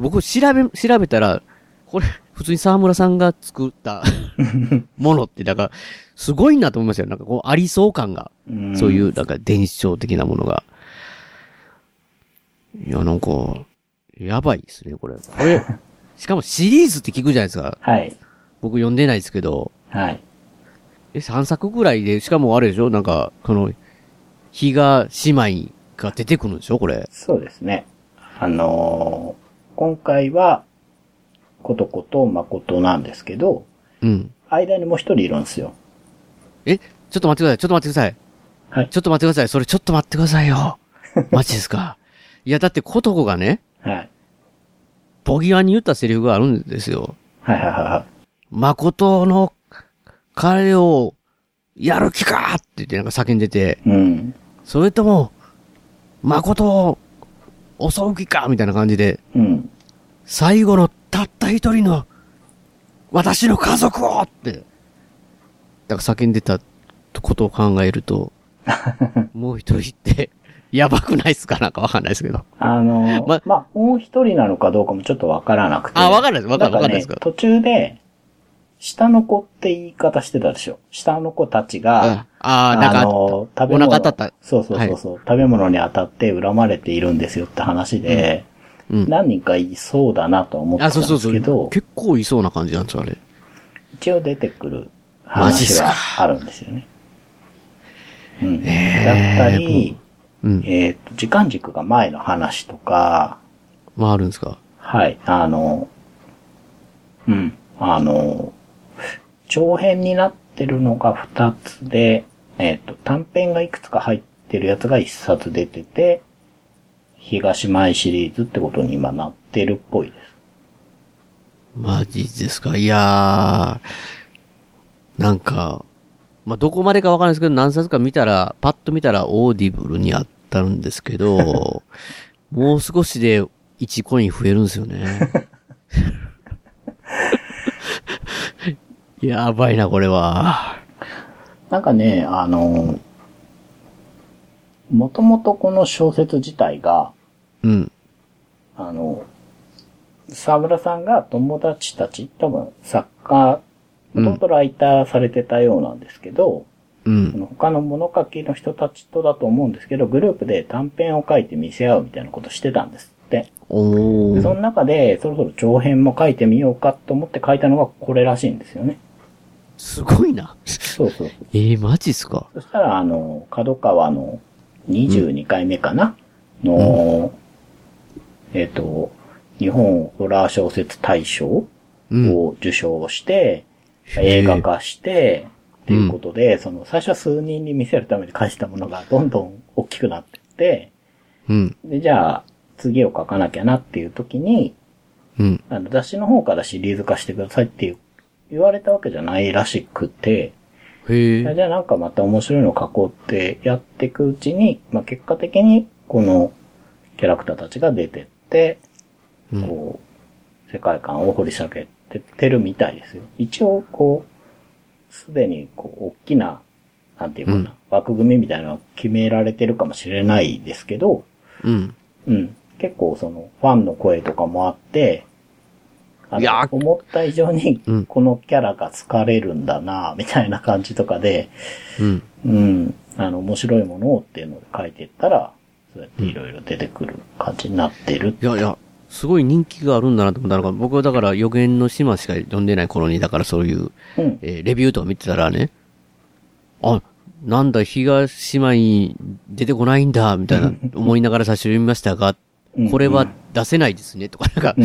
S2: 僕調べ、調 べたら、これ、普通に沢村さんが作ったものって、なんか、すごいなと思いますよ。なんかこう、ありそう感が
S4: う。ん
S2: そういう、なんか伝承的なものが。いや、なんか、やばいですね、これ。これ、しかもシリーズって聞くじゃないですか。
S4: はい。
S2: 僕読んでないですけど。
S4: はい。
S2: え、3作ぐらいで、しかもあれでしょなんか、この、比嘉姉妹が出てくるんでしょこれ。
S4: そうですね。あのー今回は、ことこと誠なんですけど、
S2: うん。
S4: 間にもう一人いるんですよ。
S2: え、ちょっと待ってください。ちょっと待ってください。
S4: はい。
S2: ちょっと待ってください。それちょっと待ってくださいよ。マジですか。いや、だって、ことこがね、
S4: はい。
S2: ボギワに言ったセリフがあるんですよ。
S4: はいはいはいはい。
S2: 誠の彼をやる気かって言ってなんか叫んでて、
S4: うん。
S2: それとも、誠を襲う気かみたいな感じで、
S4: うん。
S2: 最後のたった一人の私の家族をって、だから叫んでたことを考えると、もう一人って、やばくないっすかなんかわかんないですけど。
S4: あのーま、あ、もう一人なのかどうかもちょっとわからなくて。
S2: あわかんないですわかんないわ
S4: ん
S2: かんない
S4: ね
S2: ですか
S4: 途中で、下の子って言い方してたでしょ。下の子たちが、
S2: ああ、なんか、
S4: のー食べ
S2: お
S4: 物
S2: 腹当たった
S4: そうそうそうそう、食べ物に当たって恨まれているんですよって話で、何人かいそうだなと思ってた
S2: あ、
S4: ん
S2: そう
S4: ですけ
S2: そ
S4: ど、
S2: うそう。結構いそうな感じなんですよ、あれ。
S4: 一応出てくる
S2: マジっ
S4: 話
S2: すか
S4: があるんですよね。うん、だったり、えっ、と、時間軸が前の話とか、
S2: まああるんですか。
S4: はい、あの、うん、あの、長編になってるのが2つで、えっ、と、短編がいくつか入ってるやつが1冊出てて、東前シリーズってことに今なってるっぽいです。
S2: マジですか。いやー、なんか、まあ、どこまでかわかんないですけど、何冊か見たら、パッと見たらオーディブルにあったんですけ ど、もう少しで1コイン増えるんですよ ね。やばいな、これは。
S4: なんかね、あの、もともとこの小説自体が、
S2: うん。
S4: あの、沢村さんが友達たち、多分作家、もともとライターされてたようなんですけど、
S2: うん
S4: あの他の物書きの人たちとだと思うんですけど、グループで短編を書いて見せ合うみたいなことしてたんですって。
S2: お
S4: その
S2: ー。
S4: 中で、そろそろ長編も書いてみようかと思って書いたのがこれらしいんですよね。
S2: すごいな。
S4: そうそう。
S2: えー、マジっすか。
S4: そしたら、あの、角川の22回目かな、の、えっ、と、日本ホラー小説大賞を受賞して、映画化して、っていうことで、その、最初は数人に見せるために返したものがどんどん大きくなってって、
S2: うん。
S4: で、じゃあ、次を書かなきゃなっていう時に、
S2: うん。
S4: あの、雑誌の方からシリーズ化してくださいっていう、言われたわけじゃないらしくて、
S2: へ
S4: じゃあなんかまた面白いのを書こうってやっていくうちに、まあ、結果的にこのキャラクターたちが出てって、こう、世界観を掘り下げてってるみたいですよ。一応こう、すでにこう、大きな、なんていうかな、
S2: うん
S4: 枠組みみたいなのは決められてるかもしれないですけど、
S2: うん。
S4: うん。結構その、ファンの声とかもあって、あの、思った以上に
S2: うん、
S4: このキャラが疲れるんだなぁみたいな感じとかで、
S2: うん。
S4: うん。あの、面白いものをっていうので書いてったら、そうやっていろいろ出てくる感じになってる。
S2: いやいや、すごい人気があるんだなと思ったのが、僕はだから予言の島しか読んでない頃に、だからそういう、
S4: うん
S2: えーレビューとか見てたらね、あ、なんだ、東姉妹出てこないんだ、みたい な思いながら最初読みましたが、これは出せないですね、とか、なんか、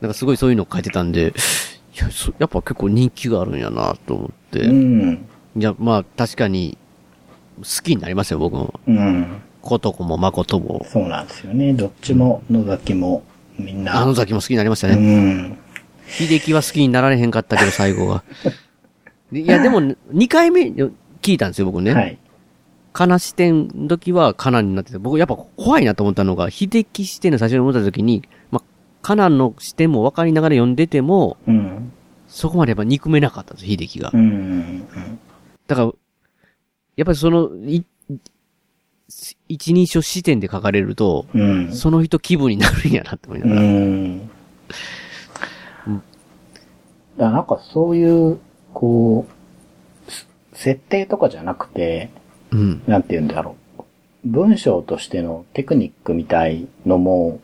S2: なんかすごいそういうのを書いてたんで、いやそやっぱ結構人気があるんやなと思って、
S4: うん。
S2: いや、まあ確かに、好きになりますよ、僕も。
S4: うん。
S2: ことこも誠も。
S4: そうなんですよね。どっちも、野崎も、みんな。
S2: あの崎も好きになりましたね。
S4: うん。
S2: 秀樹は好きになられへんかったけど、最後は。でいや、でも、2回目よ聞いたんですよ、僕ね。
S4: はい。
S2: かな視点の時はかなになってて、僕やっぱ怖いなと思ったのが、秀樹視点の最初に思った時に、まあ、かなの視点も分かりながら読んでても、
S4: うん。
S2: そこまでやっぱ憎めなかったんです、秀樹が
S4: う。ん。
S2: だから、やっぱりその、い一人称視点で書かれると、
S4: うん
S2: その人気分になるんやなって思いな
S4: う
S2: がら。
S4: ん。
S2: うん
S4: だからなんかそういう、こう、す設定とかじゃなくて、
S2: うん。
S4: なんて言うんだろう。文章としてのテクニックみたいのも、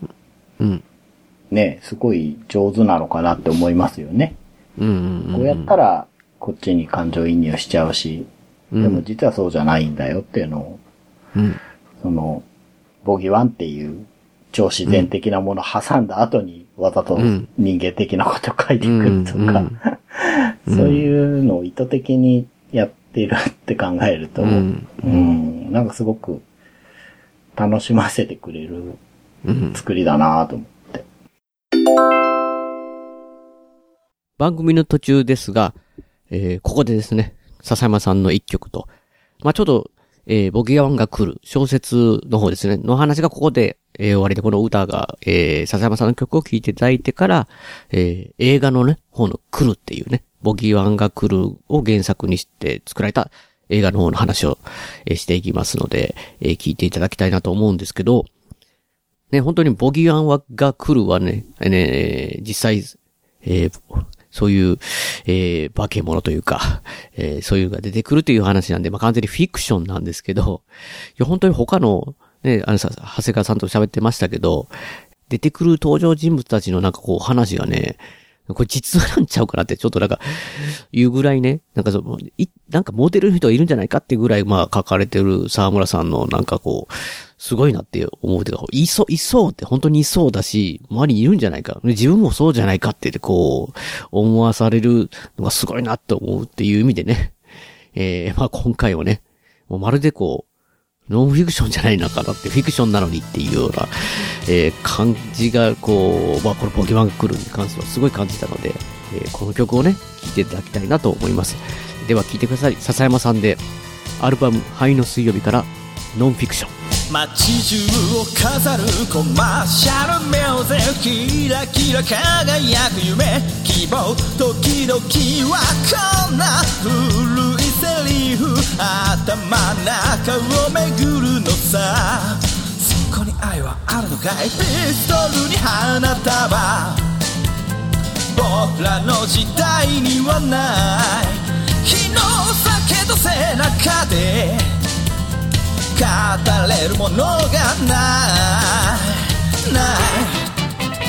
S2: うん。
S4: ね、すごい上手なのかなって思いますよね。
S2: うんうん
S4: こうやったら、こっちに感情移入しちゃうし、
S2: うん
S4: でも実はそうじゃないんだよっていうのを、
S2: うん。
S4: その、ボギワンっていう超自然的なものを挟んだ後に、わざと
S2: うん
S4: 人間的なことを書いてくるとか、
S2: うん
S4: そういうのを意図的にやってるって考えると、
S2: うん
S4: うんなんかすごく楽しませてくれる作りだなと思って。
S2: 番組の途中ですが、えーここでですね、笹山さんの一曲と、まあ、ちょっと、えー、ボギアワンが来る小説の方ですね、の話がここで、えー終わりで、この歌が、えー、笹山さんの曲を聴いていただいてから、えー映画のね、方の来るっていうね、ボギアワンが来るを原作にして作られた映画の方の話を、えーしていきますので、えー聞いていただきたいなと思うんですけど、ね、本当にボギーアンはが来るはね、えーね、実際、えーそういう、えー化け物というか、えーそういうのが出てくるという話なんで、まあ、完全にフィクションなんですけど、いや、本当に他の、ね、あのさ、長谷川さんと喋ってましたけど、出てくる登場人物たちのなんかこう話がね、これ実話なんちゃうかなって、ちょっとなんか、いうぐらいね、なんかその、い、なんかモデルの人がいるんじゃないかっていうぐらい、まあ書かれてる沢村さんのなんかこう、すごいなって思うというか、いそう、いそうって本当にいそうだし、周りにいるんじゃないか、自分もそうじゃないかってこう、思わされるのがすごいなって思うっていう意味でね、 えー、まあ今回はね、もうまるでこう、ノンフィクションじゃないのかなって、フィクションなのにっていうような、えー感じが、こう、まあ、このポケモンが来るに関してはすごい感じたので、えーこの曲をね、聴いていただきたいなと思います。では聴いてください。笹山さんで、アルバム、灰の水曜日から、ノンフィクション。
S1: 街中を飾るコマーシャルミュージックキラキラ輝く夢希望時々はこんな古いセリフ頭の中を巡るのさそこに愛はあるのかいピストルに花束僕らの時代にはない日の酒と背中で語れるものがないない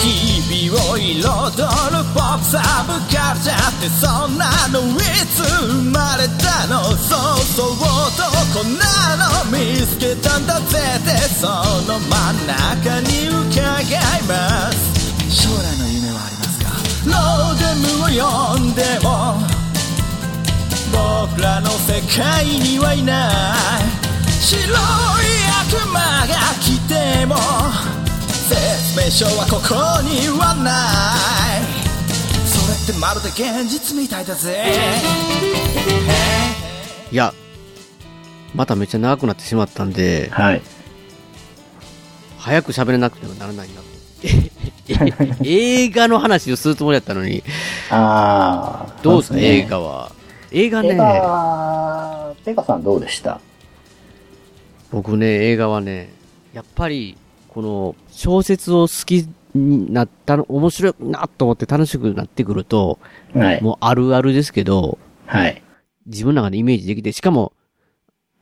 S1: 日々を彩るポップサブカルチャーってそんなのいつ生まれたのそうそうとこんなの見つけたんだぜでその真ん中に伺います将来の夢はありますかローデムを呼んでも僕らの世界にはいない白い悪魔が来ても説明書はここにはないそれってまるで現実みたいだぜ
S2: いや、まためっちゃ長くなってしまったんで、
S4: はい。
S2: 早く喋れなくてはならないな と。映画の話をするつもりだったのに、
S4: ああ。
S2: どうです
S4: そ
S2: か、
S4: ですね
S2: 映画は。映画ね
S4: 映画は、ペガさんどうでした
S2: 僕ね、映画はね、やっぱり、この、小説を好きになったの、面白いなと思って楽しくなってくると、
S4: はい
S2: もうあるあるですけど、
S4: はい。
S2: 自分の中でイメージできて、しかも、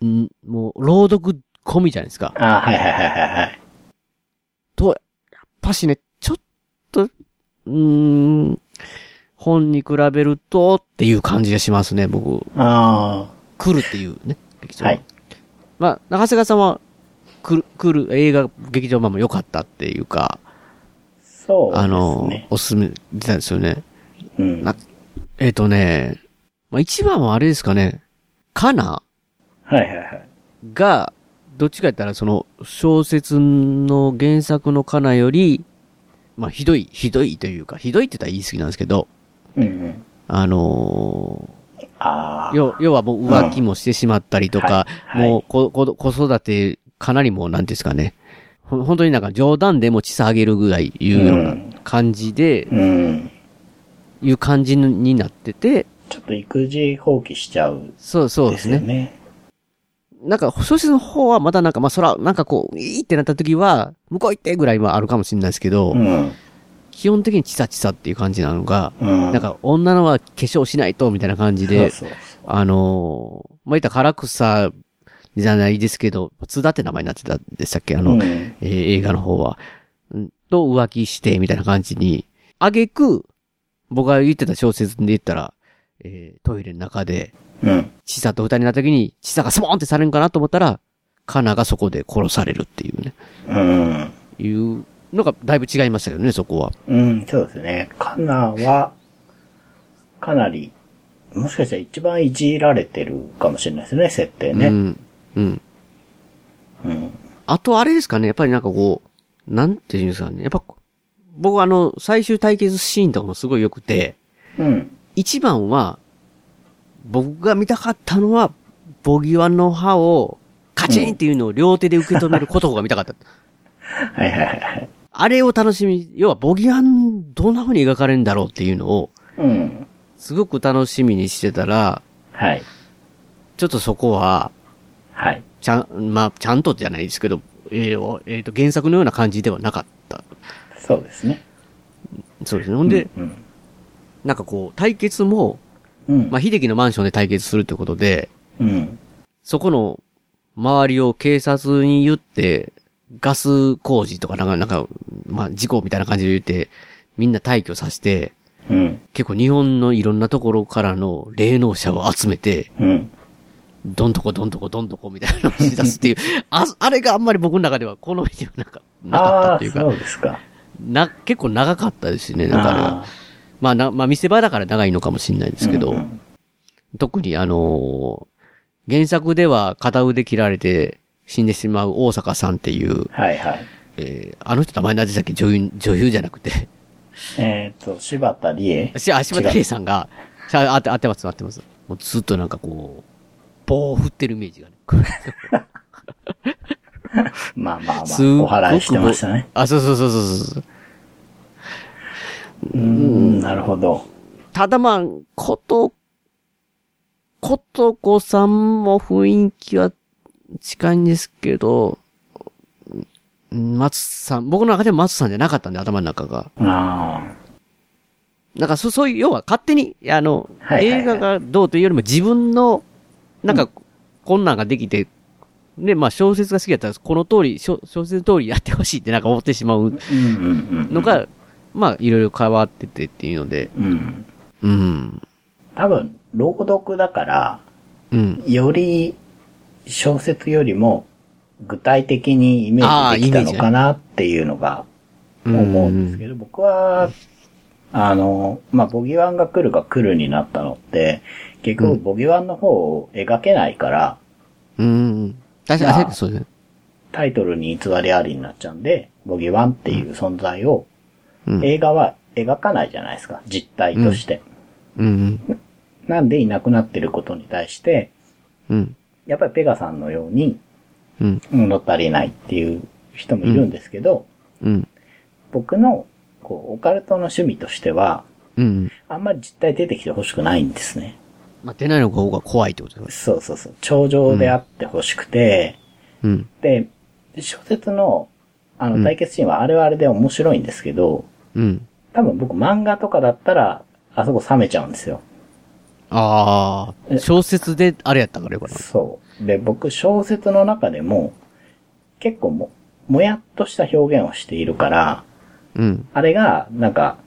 S2: んもう、朗読込みじゃないですか。
S4: あはいはいはいはいはい。
S2: と、やっぱしね、ちょっと、うーん、本に比べるとっていう感じがしますね、僕。
S4: ああ。
S2: 来るっていうね、劇場。
S4: はい。
S2: まあ、長谷川さんは、来る、来る、映画、劇場版も良かったっていうか、
S4: そうですね。
S2: あの、おすすめ出たんですよね。
S4: うん。
S2: なえっ、とね、まあ一番はあれですかね、かな
S4: はいはいはい。
S2: が、どっちか言ったらその小説の原作のかなより、まあひどい、ひどいというか、ひどいって言ったら言い過ぎなんですけど、
S4: うんうん。
S2: あの
S4: あ
S2: ー、要要はもう浮気もしてしまったりとか、
S4: うんはい
S2: もうここ子育てかなりもうなんていうんですかね、ほ本当になんか冗談でも血下げるぐらいいうような感じで、
S4: うん。
S2: いう感じになってて、
S4: ちょっと育児放棄しちゃう。
S2: そうそうですね。なんか、小説の方はまだなんか、まあ、そら、なんかこう、いいってなった時は、向こう行ってぐらいはあるかもしれないですけど、
S4: うん
S2: 基本的にチサチサっていう感じなのが、
S4: うん
S2: なんか、女のは化粧しないと、みたいな感じで、
S4: そうそう
S2: あのー、まあ、言ったら唐草じゃないですけど、津田って名前になってたんでしたっけあの、
S1: うん
S2: えー映画の方は。うんと浮気して、みたいな感じに。あげく、僕が言ってた小説で言ったら、えートイレの中で、
S4: うん。
S2: ちさと二人になった時に、ちさがスモーンってされるんかなと思ったら、カナがそこで殺されるっていうね。
S4: うん。
S2: いうのがだいぶ違いましたけどね、そこは。
S4: うん、そうですね。カナは、かなり、もしかしたら一番いじられてるかもしれないですね、設定ね。
S2: うん。うん。
S4: うん。
S2: あとあれですかね、やっぱりなんかこう、なんていうんですかね、やっぱ、僕はあの、最終対決シーンとかもすごい良くて、
S4: うん。
S2: 一番は、僕が見たかったのは、ボギワの歯を、カチンっていうのを両手で受け止めることが見たかった。
S4: はいはいはい。
S2: あれを楽しみ、要はボギワンどんな風に描かれるんだろうっていうのを、
S4: うん。
S2: すごく楽しみにしてたら、
S4: はい。
S2: ちょっとそこは、
S4: はい。
S2: ちゃん、まあ、ちゃんとじゃないですけど、えーおえーと、原作のような感じではなかった。
S4: そうですね。
S2: そうですね。ほんで、
S4: うん。
S2: なんかこう、対決も、
S4: うん
S2: まあ、秀樹のマンションで対決するってことで、
S4: うん。
S2: そこの周りを警察に言って、ガス工事とかなんか、なんか、まあ、事故みたいな感じで言って、みんな退去させて、
S4: うん。
S2: 結構日本のいろんなところからの霊能者を集めて、
S4: うん。
S2: どんとこどんとこどんとこみたいなのをし出すっていう、 あ、あれがあんまり僕の中では好みではなかなかったっていうか、
S4: あーそうですか。
S2: な、結構長かったですね、なんかあれは
S4: あー
S2: まあな、まあ見せ場だから長いのかもしれないですけど、特にあのー原作では片腕切られて死んでしまう大阪さんっていう、
S4: はいはい。
S2: えーあの人名前何でしたっけ女優、女優じゃなくて。
S4: えっ、と、柴田理恵。
S2: しあ、柴田理恵さん
S4: 違
S2: が、しゃあ、あて、あてます、あてます。もうずっとなんかこう、棒を振ってるイメージがね。
S4: う。まあ まあまあ、お
S2: すっごく
S4: 祓いしてましたね。
S2: あ、そうそうそうそうそう。
S4: うーん、なるほど。
S2: ただまあ、こと、ことこさんも雰囲気は近いんですけど、ん松さん、僕の中では松さんじゃなかったんで、頭の中が。
S4: あ
S2: なんかそ、そういう、要は勝手に、あの、
S4: はいはいはい
S2: 映画がどうというよりも自分の、なんか、こんなんができて、で、まあ小説が好きだったら、この通り、小小説の通りやってほしいってなんか思ってしまう
S4: あ。うんうんうん。
S2: のが、まあいろいろ変わっててっていうので、
S4: うん。
S2: うん。
S4: 多分、朗読だから、
S2: うん。
S4: より小説よりも具体的にイメージできたのかなっていうのが思うんですけど、僕は、あの、まあ、ボギワンが来るが来るになったのって、結局ボギワンの方を描けないから、
S2: うん。確
S4: まあ
S2: かに、そうですね。
S4: タイトルに偽りありになっちゃうんで、ボギワンっていう存在を
S2: うん
S4: 映画は描かないじゃないですか、実体として。
S2: うん。
S4: なんでいなくなってることに対して、
S2: うん。
S4: やっぱりペガさんのように
S2: うん。
S4: 物足りないっていう人もいるんですけど、
S2: うん。
S4: 僕のこうオカルトの趣味としては、
S2: うん。
S4: あんまり実態出てきてほしくないんですね。
S2: まあ、出ないの方が怖いってことです
S4: そうそうそう。頂上であってほしくて、
S2: うん。
S4: で、小説のあ
S2: うん
S4: の対決シーンはあれはあれで面白いんですけど、
S2: うん。
S4: 多分僕漫画とかだったら、あそこ冷めちゃうんですよ。
S2: ああ、小説であれやったからよかった。
S4: そう。で、僕小説の中でも、結構も、もやっとした表現をしているから、
S2: うん。
S4: あれが、なんか、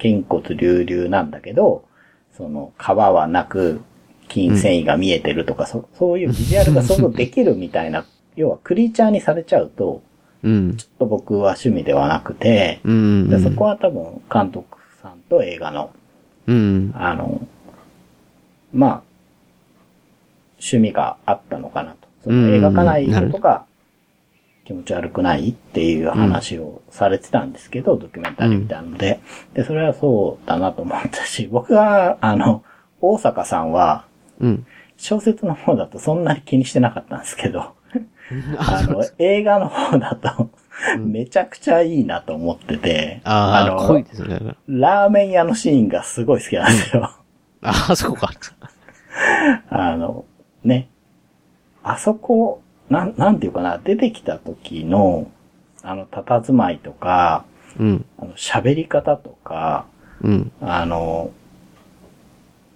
S4: 筋骨隆々なんだけど、その、皮はなく、筋繊維が見えてるとか、そそういうビジュアルが想像できるみた いな、要はクリーチャーにされちゃうと、
S2: うん。
S4: ちょっと僕は趣味ではなくて、
S2: うん。
S4: でそこは多分監督さんと映画の、
S2: うん。
S4: あの、まあ、趣味があったのかなと。その映画化ないことが気持ち悪くないっていう話をされてたんですけど、ドキュメンタリーみたいなので。で、それはそうだなと思ったし、 僕は、あの、大阪さんは、
S2: うん。
S4: 小説の方だとそんなに気にしてなかったんですけ ど、あの、映画の方だと、めちゃくちゃいいなと思ってて、
S2: ああ、
S4: の
S2: 濃いですね。
S4: ラーメン屋のシーンがすごい好きなんですよ。
S2: ああ、そうか。
S4: あの、ね。あそこ、なん、なんていうかな、出てきた時の、あの、佇まいとか、
S2: うん。
S4: あの喋り方とか、
S2: うん。
S4: あの、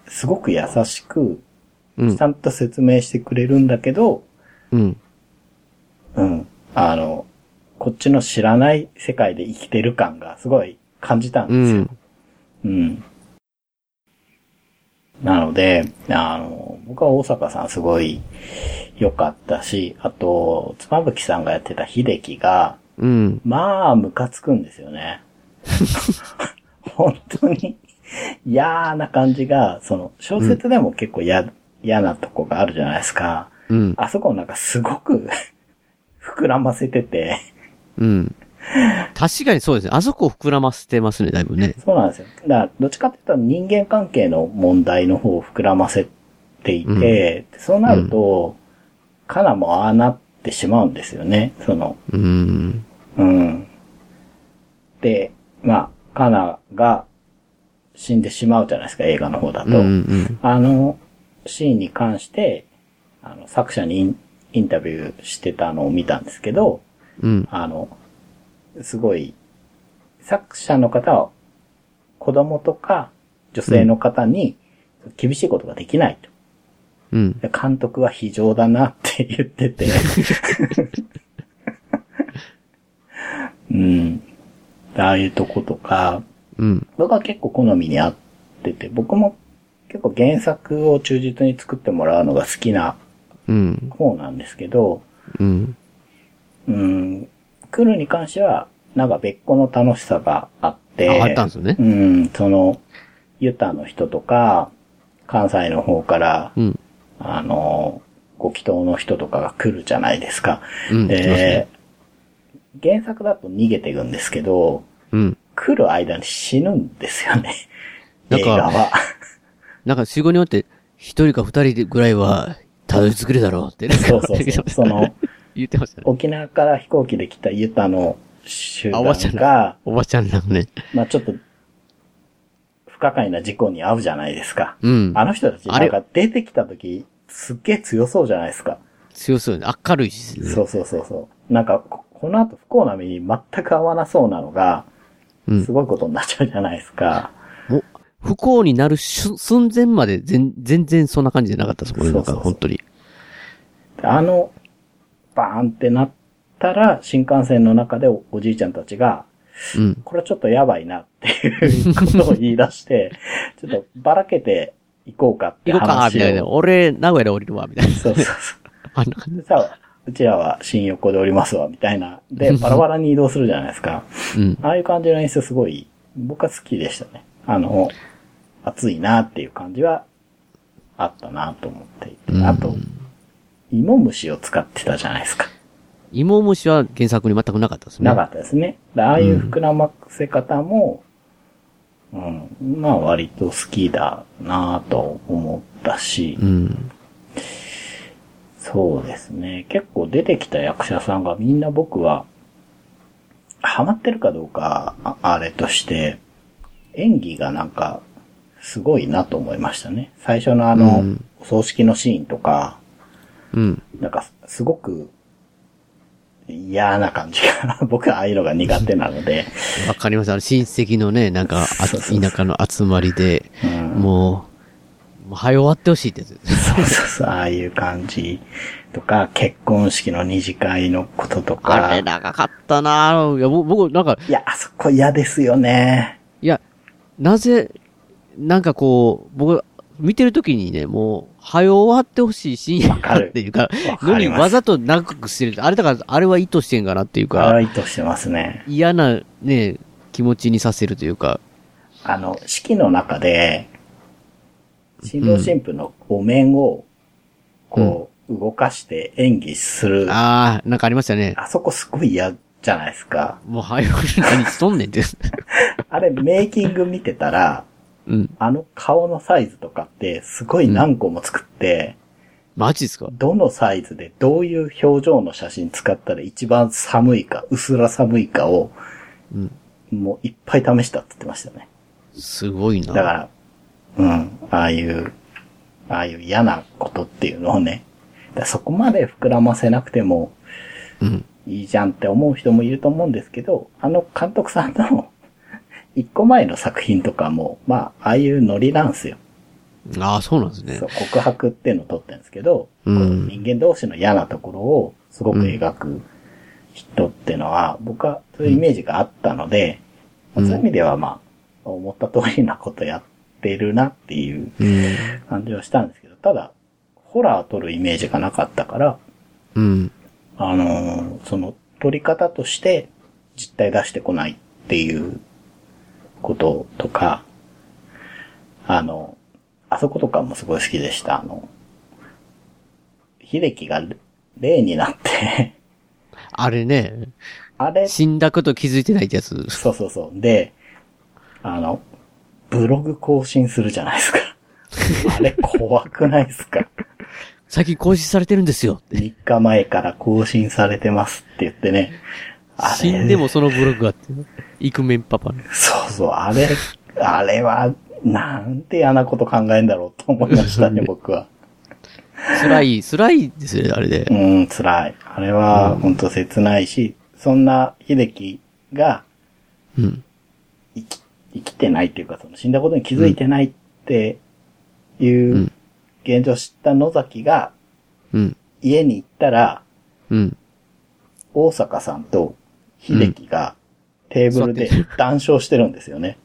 S4: すごく優しく、ちゃんと説明してくれるんだけど、
S2: うん。
S4: うん。あの、こっちの知らない世界で生きてる感がすごい感じたんですよ。うん。なので、あの、僕は大阪さんすごい良かったし、あと、妻夫木さんがやってた秀樹が、
S2: うん。
S4: まあ、ムカつくんですよね。本当に嫌な感じが、その、小説でも結構嫌、嫌なとこがあるじゃないですか。
S2: うん。
S4: あそこなんかすごく 膨らませてて、
S2: うん。確かにそうですね。あそこを膨らませてますね、だいぶね。
S4: そうなんですよ。だから、どっちかっていうと人間関係の問題の方を膨らませていて、
S2: うん
S4: でそうなると、カナもああなってしまうんですよね。その、
S2: うん。
S4: うん。で、まあ、カナが死んでしまうじゃないですか、映画の方だ
S2: うん
S4: と。
S2: うん。
S4: あのシーンに関して、あの、作者にインインタビューしてたのを見たんですけど、
S2: うん。
S4: あの、すごい、作者の方は、子供とか女性の方に厳しいことができないと。
S2: うん。
S4: で監督は非常だなって言ってて。うん。ああいうとことか、
S2: うん。
S4: 僕は結構好みに合ってて、僕も結構原作を忠実に作ってもらうのが好きな
S2: うん。
S4: 方なんですけど、
S2: うん。
S4: うん、クールに関しては、なんか別個の楽しさがあって、
S2: ああったんですよね
S4: うん、その、ユタの人とか、関西の方から、
S2: うん。
S4: あの、ご祈祷の人とかが来るじゃないですか。
S2: うん来ます
S4: で
S2: ね、
S4: 原作だと逃げていくんですけど、
S2: うん。
S4: 来る間に死ぬんです よね。
S2: なん
S4: 映
S2: か
S4: 画 は。
S2: なんか死後によって、一人か二人でぐらいは、たどり着くだろうってね。
S4: そうそうそう。その、
S2: 言ってましたね。
S4: 沖縄から飛行機で来たユタの集
S2: あ、
S4: 団
S2: おばちゃん
S4: が
S2: だ、。おばちゃんだもんね。
S4: まあちょっと、不可解な事故に遭うじゃないですか。
S2: うん
S4: あの人たち、
S2: あ
S4: な
S2: れ
S4: んか出てきた時、すっげえ強そうじゃないですか。
S2: 強そうよね。明るいしね。
S4: そうそうそうそう。なんか、ここの後不幸な目に全く合わなそうなのが、
S2: うん
S4: すごいことになっちゃうじゃないですか。
S2: もう不幸になる瞬寸前まで全全然そんな感じじゃなかったですもんね。なんか本当に。
S4: あの、バーンってなったら、新幹線の中でおおじいちゃんたちが、
S2: うん。
S4: これちょっとやばいなっていうことを言い出して、ちょっとばらけていこうかって
S2: 行こうか、
S4: 話
S2: みたいな。
S4: を。
S2: 俺、名古屋で降りるわ、みたいな。
S4: そうそうそう。
S2: あんな感じ。
S4: でさ、うちらは新横でおりますわ、みたいな。 で、バラバラに移動するじゃないですか。
S2: うん。
S4: ああいう感じの演出すごい、僕は好きでしたね。あの、暑いなっていう感じはあったなと思っていて。あと、芋虫を使ってたじゃないですか。
S2: 芋虫は原作に全くなかったですね。
S4: なかったですね。でああいう膨らませ方も、うん、まあ割と好きだなと思ったし、
S2: うん。
S4: そうですね。結構出てきた役者さんがみんな僕は、ハマってるかどうか、ああれとして、演技がなんか、すごいなと思いましたね。最初のあの、
S2: うん
S4: お葬式のシーンとか、
S2: うん。
S4: なんか、すごく、嫌な感じが、 僕はああいうのが苦手なので、
S2: わかります。あの、親戚のね、なんか、あ
S4: そうそうそう
S2: 田舎の集まりで、
S4: うん
S2: もう、もう早終わってほしいってやつです。
S4: そうそうそう、ああいう感じとか、結婚式の二次会のこととか。
S2: あれ長かったなぁ。いや、ぼ僕、なんか、
S4: いや、あそこ嫌ですよね。
S2: いや、なぜ、なんかこう、僕、見てるときにね、もう、早終わってほしいシーンや
S4: か
S2: な
S4: る
S2: っていうか、
S4: わか
S2: の
S4: り
S2: に
S4: ます
S2: わざと長くしてる。あれだから、あれは意図してんかなっていう
S4: あ
S2: か、
S4: れ意図してますね。
S2: 嫌なね、気持ちにさせるというか、
S4: あの、式の中で、新郎新婦のお面を、こう、動かして演技する。あ
S2: ああ、なんかありましたね。
S4: そこすごい嫌じゃないですか。
S2: もう早く何しとんねんって。
S4: あれ、メイキング見てたら、
S2: うん。
S4: あの顔のサイズとかって、すごい何個も作って、
S2: マジですか
S4: どのサイズでどういう表情の写真使ったら一番寒いか、薄ら寒いかを、
S2: うん
S4: もういっぱい試したって言ってましたね。
S2: すごいな。
S4: だから、うん、ああいう、ああいう嫌なことっていうのをね、だからそこまで膨らませなくても
S2: うん。
S4: いいじゃんって思う人もいると思うんですけど、あの 監督さんの一個前の作品とかも、まあ、ああいうノリなんですよ。
S2: ああ、そうなんですね。
S4: そう告白っていうのを撮ってるんですけど、
S2: うん。
S4: 人間同士の嫌なところをすごく描く人っていうのは、僕はそういうイメージがあったので、まあそういう意味ではまあ、思った通りなことやってるなっていう
S2: うん。
S4: 感じはしたんですけど、ただ、ホラーを撮るイメージがなかったから、
S2: うん。
S4: あのーその、撮り方として実体出してこないっていうこととか、あの、あそことかもすごい好きでした。あの、秀樹が霊になって、
S2: あれね。
S4: あれ
S2: 死んだこと気づいてないってやつ。
S4: そうそうそう。で、あの、ブログ更新するじゃないですか。あれ怖くないですか
S2: 最近更新されてるんですよ。
S4: 3日前から更新されてますって言ってね。あれ
S2: 死んでもそのブログがあって。イクメンパパの。
S4: そうそう、あれ、あれは、なんて嫌なこと考えんだろうと思いましたね、僕は。
S2: 辛い、辛いですね、あれで。
S4: うん、辛い。あれは、本当切ないし、そんな秀樹が
S2: うん。
S4: 生きてないっていうか、その死んだことに気づいてないっていう現状を知った野崎が
S2: うん。
S4: 家に行ったら、
S2: うん。
S4: 大阪さんと秀樹がテーブルで談笑してるんですよね。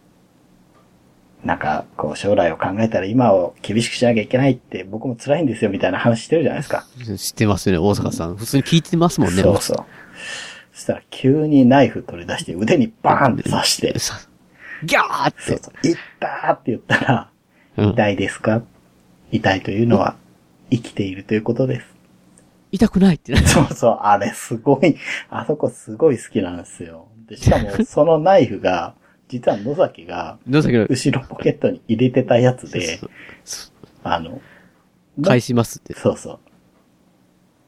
S4: なんか、こう将来を考えたら今を厳しくしなきゃいけないって僕も辛いんですよみたいな話してるじゃないですか。
S2: 知ってますよね、大阪さん。普通に聞いてますもんね。
S4: そうそう。そしたら急にナイフ取り出して腕にバーンって刺して、
S2: ギャーって。
S4: そうそう、いったーって言ったら、
S2: うん
S4: 痛いですか痛いというのは生きているということです。
S2: 痛くないってな。
S4: そうそう、あれすごい、あそこすごい好きなんですよ。でしかも、そのナイフが、実は野崎が、
S2: 野崎の
S4: 後ろポケットに入れてたやつで、あの、
S2: 返しますって。
S4: そうそう。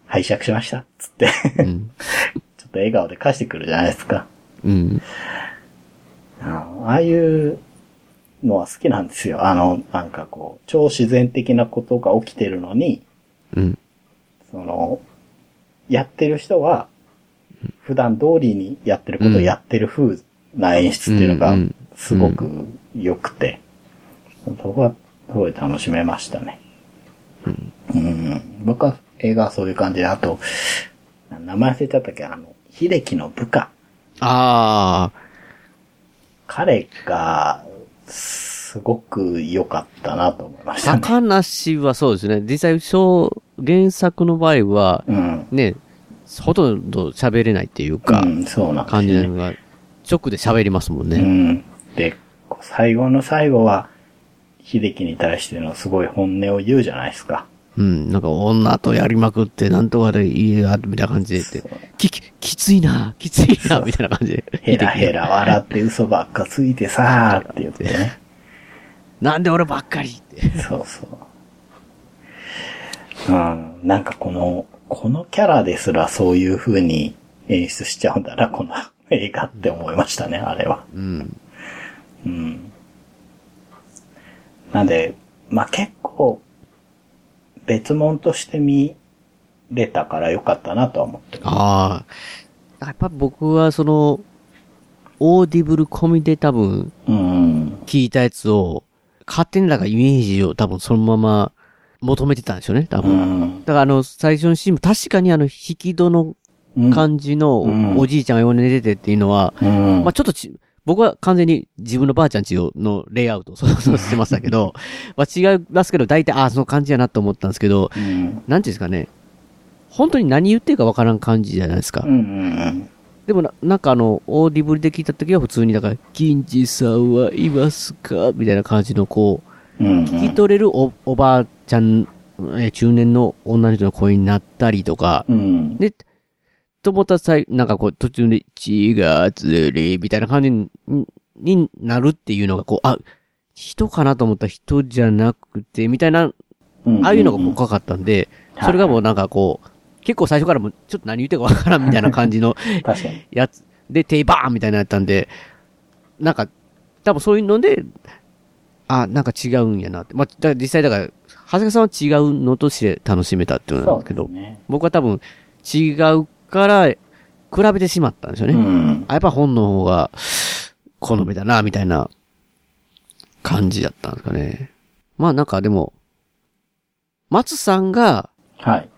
S4: 拝借しました。つって、 ちょっと笑顔で返してくるじゃないですか。
S2: うん。
S4: あああいうのは好きなんですよ。あの、なんかこう、超自然的なことが起きてるのに、
S2: うん。
S4: その、やってる人は、普段通りにやってることをやってる風な演出っていうのが
S2: うんうん、
S4: すごく良くて、そこはすごい楽しめましたね。うん。僕は映画はそういう感じで、あと、名前忘れちゃったっけあの、秀樹の部下。
S2: ああ。
S4: 彼が、すごく良かったなと思いましたね。
S2: 高梨はそうですね。実際、小、原作の場合は、ね、ほとんど喋れないっていうか、
S4: そうなんですね
S2: 感じなのが、直で喋りますもんね。
S4: うん。で、こう最後の最後は、秀樹に対してのすごい本音を言うじゃないですか。
S2: うん、なんか女とやりまくって、なんとかでいいや、みたいな感じで言って、き、ききついな、きついな、みたいな感じで。
S4: ヘラヘラ笑って嘘ばっかついてさーって言ってね。
S2: なんで俺ばっかりって。
S4: そうそう。うん。なんかこの、このキャラですらそういう風に演出しちゃうんだな、この 映画って思いましたね、あれは。
S2: うん。
S4: うん。なんで、まあ、結構、別物として見れたから良かったなとは思って
S2: ああ。やっぱ僕はその、オーディブル込みで多分、聞いたやつを、勝手になんかイメージを多分そのまま求めてたんでしょうね、多
S4: 分。
S2: だからあの、最初のシーンも確かにあの、引き戸の感じの
S4: うん
S2: おじいちゃんが横に寝ててっていうのは、
S4: ん
S2: まあちょっとち、僕は完全に自分のばあちゃんちのレイアウトを想 像してましたけど、まあ違いますけど、大体、ああ、その感じやなと思ったんですけど、
S4: うん
S2: なんていうんですかね、本当に何言ってるかわからん感じじゃないですか。でもな、なんかあの、オーディブルで聞いた時は普通に、だから、銀次さんはいますかみたいな感じの、こう、
S4: うんうん
S2: 聞き取れるおおばあちゃん、えー中年の女の人の声になったりとか、
S4: ん
S2: で、と思ったらさい、なんかこう、途中で、血がつり、みたいな感じにになるっていうのが、こう、あ、人かなと思ったら人じゃなくて、みたいな、
S4: うんうんうん
S2: ああいうのがもう怖かったんで、それがもうなんかこう、結構最初からもうちょっと何言ってるかわからんみたいな感じの
S4: 確かに
S2: やつ、で、手バーンみたいなのやったんで、なんか、多分そういうので、あ、なんか違うんやなって。まあ、だから実際だから、長谷川さんは違うのとして楽しめたっていうのなんですけど、僕は多分違うから比べてしまったんですよね。あやっぱ本の方が好みだな、みたいな感じだったんですかね。まあなんかでも、松さんが、
S4: はい。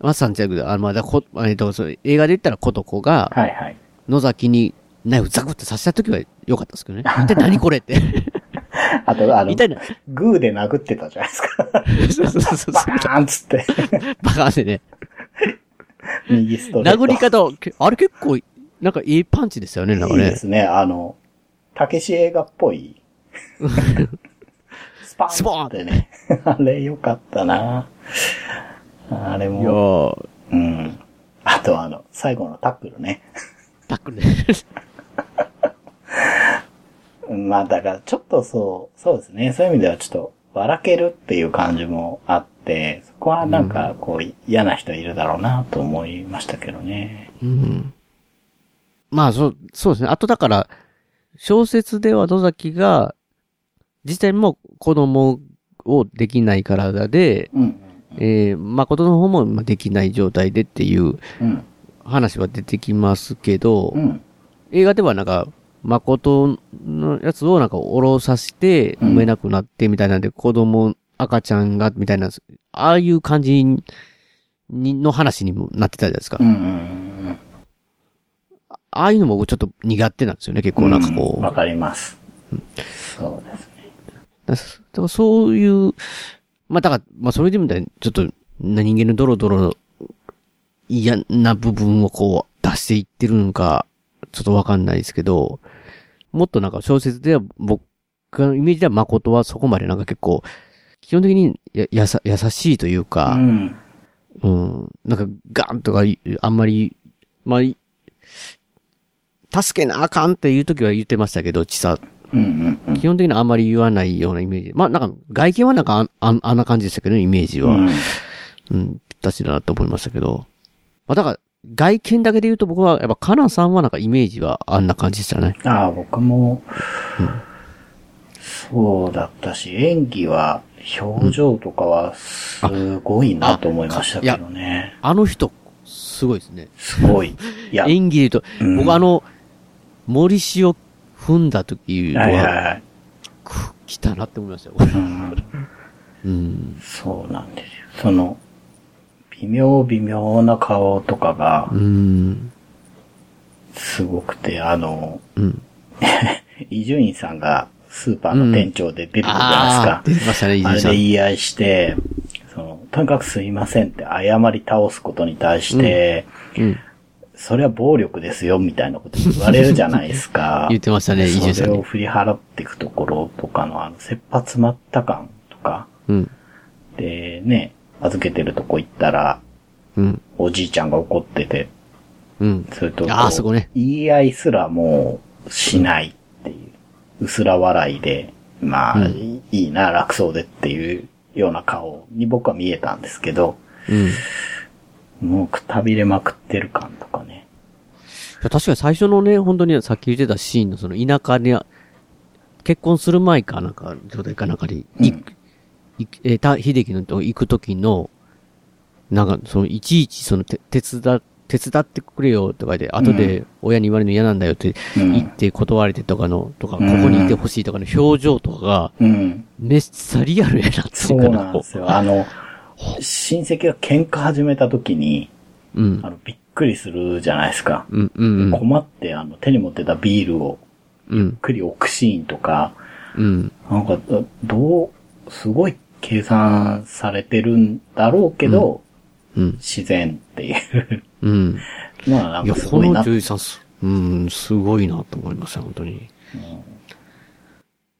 S2: 松さんじゃなくて、あの、まあだこ、えっと、そう映画で言ったらことこが、
S4: はいはい。
S2: 野崎にナイフザクって刺した時は良かったですけど ね。で、何これって。
S4: あと、あの、 グーで殴ってたじゃないです か。
S2: そうそうそうそう。
S4: バーンっつ って。
S2: バカでね。
S4: 右ストレート。
S2: 殴り方、けあれ結構、なんかいいパンチですよね、なんかね。
S4: いいですね、あの、たけし映画っ ぽい。スパーンスーンってね。 あれよかったなあれ
S2: いや
S4: も。
S2: ー
S4: うん。あとあの、最後のタックルね。
S2: タックルね。
S4: まあだから、ちょっとそう、そうですね。そういう意味ではちょっと、笑けるっていう感じもあって、そこはなんか、こう、嫌な人いるだろうなと思いましたけどね。
S2: うん。まあ、そう、そうですね。あとだから、小説では野崎が、実際も子供をできない体で、えー、誠の方もまあできない状態でっていう
S4: うん。
S2: 話は出てきますけど、
S4: うん
S2: 映画ではなんか、誠のやつをなんか下ろさせて、産めなくなってみたいなんで、子供、赤ちゃんが、みたいな、ああいう感じに、の話にもなってたじゃないですか。ああいうのも僕ちょっと苦手なんですよね、結構なんかこう。
S4: わ、かります。そうですね。
S2: だだからそういう、まあだから、まあそれでもね、ちょっとな人間のドロドロの嫌な部分をこう出していってるのか、ちょっとわかんないですけど、もっとなんか小説では僕のイメージでは誠はそこまでなんか結構、基本的にややさ優しいというか、
S4: うん。
S2: なんかガンとかい、あんまり、まあい、助けなあかんっていう時は言ってましたけど、ちさ
S4: うんうんうん。
S2: 基本的にはあんまり言わないようなイメージ。まあなんか外見はなんかあんあんあんな感じでしたけどね、イメージは。
S4: うん。
S2: ぴったしだなと思いましたけど。まあだから外見だけで言うと僕はやっぱカナさんはなんかイメージはあんな感じでしたね。
S4: ああ、僕も、そうだったし、演技は、表情とかは、すごいなと思いましたけどね。
S2: あの人、すごいですね。
S4: すごい。いや、
S2: 演技で言うと、
S4: うん
S2: 僕あの、森氏を踏んだ時は、
S4: はいはいはい
S2: く来たなって思いましたよ。うん。
S4: そうなんですよ。その、微妙微妙な顔とかが、
S2: うん。
S4: すごくて、あの、
S2: うん。
S4: 伊集院さんがスーパーの店長で出てくるじゃ
S2: ああ、
S4: ない
S2: 出
S4: です
S2: てましたね、伊
S4: か。
S2: 集院
S4: あれ
S2: さん
S4: で言い合いして、その、とにかくすいませんって謝り倒すことに対して、
S2: うん。。
S4: それは暴力ですよ、みたいなこと言われるじゃないですか
S2: 言ってましたね伊集院さん
S4: そ
S2: ね
S4: れを振り払っていくところとかの、あの、切羽詰まった感とか、
S2: うん。
S4: で、ね、預けてるとこ行ったら、
S2: うん。
S4: おじいちゃんが怒ってて、
S2: うん。
S4: それと、
S2: あーそこね
S4: 言い合いすらもうしないっていう、薄ら笑いで、まあ、
S2: うん
S4: いいな、楽そうでっていうような顔に僕は見えたんですけど、
S2: うん。い
S4: もうくたびれまくってる感とかね。
S2: や確かに最初のね、本当にさっき言ってたシーンのその田舎に、結婚する前かなんか、状態かなんかに、いいえーた、秀樹のとこ行く時の、なんか、その、いちいち、その、て、手伝、手伝ってくれよとかで、後で親に言われるの嫌なんだよって
S4: うん
S2: 言って断れてとかの、とか、こ
S4: うん
S2: こにいてほしいとかの表情とかが、
S4: うん。
S2: めっちゃリアルやなって
S4: そ
S2: いううか
S4: なんですよ。あ、
S2: こ
S4: の、親戚が喧嘩始めた時に、
S2: ううん
S4: あ。の、びっくりするじゃないですか。
S2: うん、うん、うん。
S4: 困って、あの、手に持ってたビールを、
S2: うん
S4: ゆっ、くり置くシーンとか、
S2: うん、
S4: なんか、どどう、すごい計算されてるんだろうけど、
S2: うん、
S4: 自然っていう。
S2: うん。
S4: まあ、なん
S2: いや、
S4: かす
S2: こ
S4: ごい
S2: の
S4: な。
S2: 女優さんす、うん、すごいなと思いました、本当に。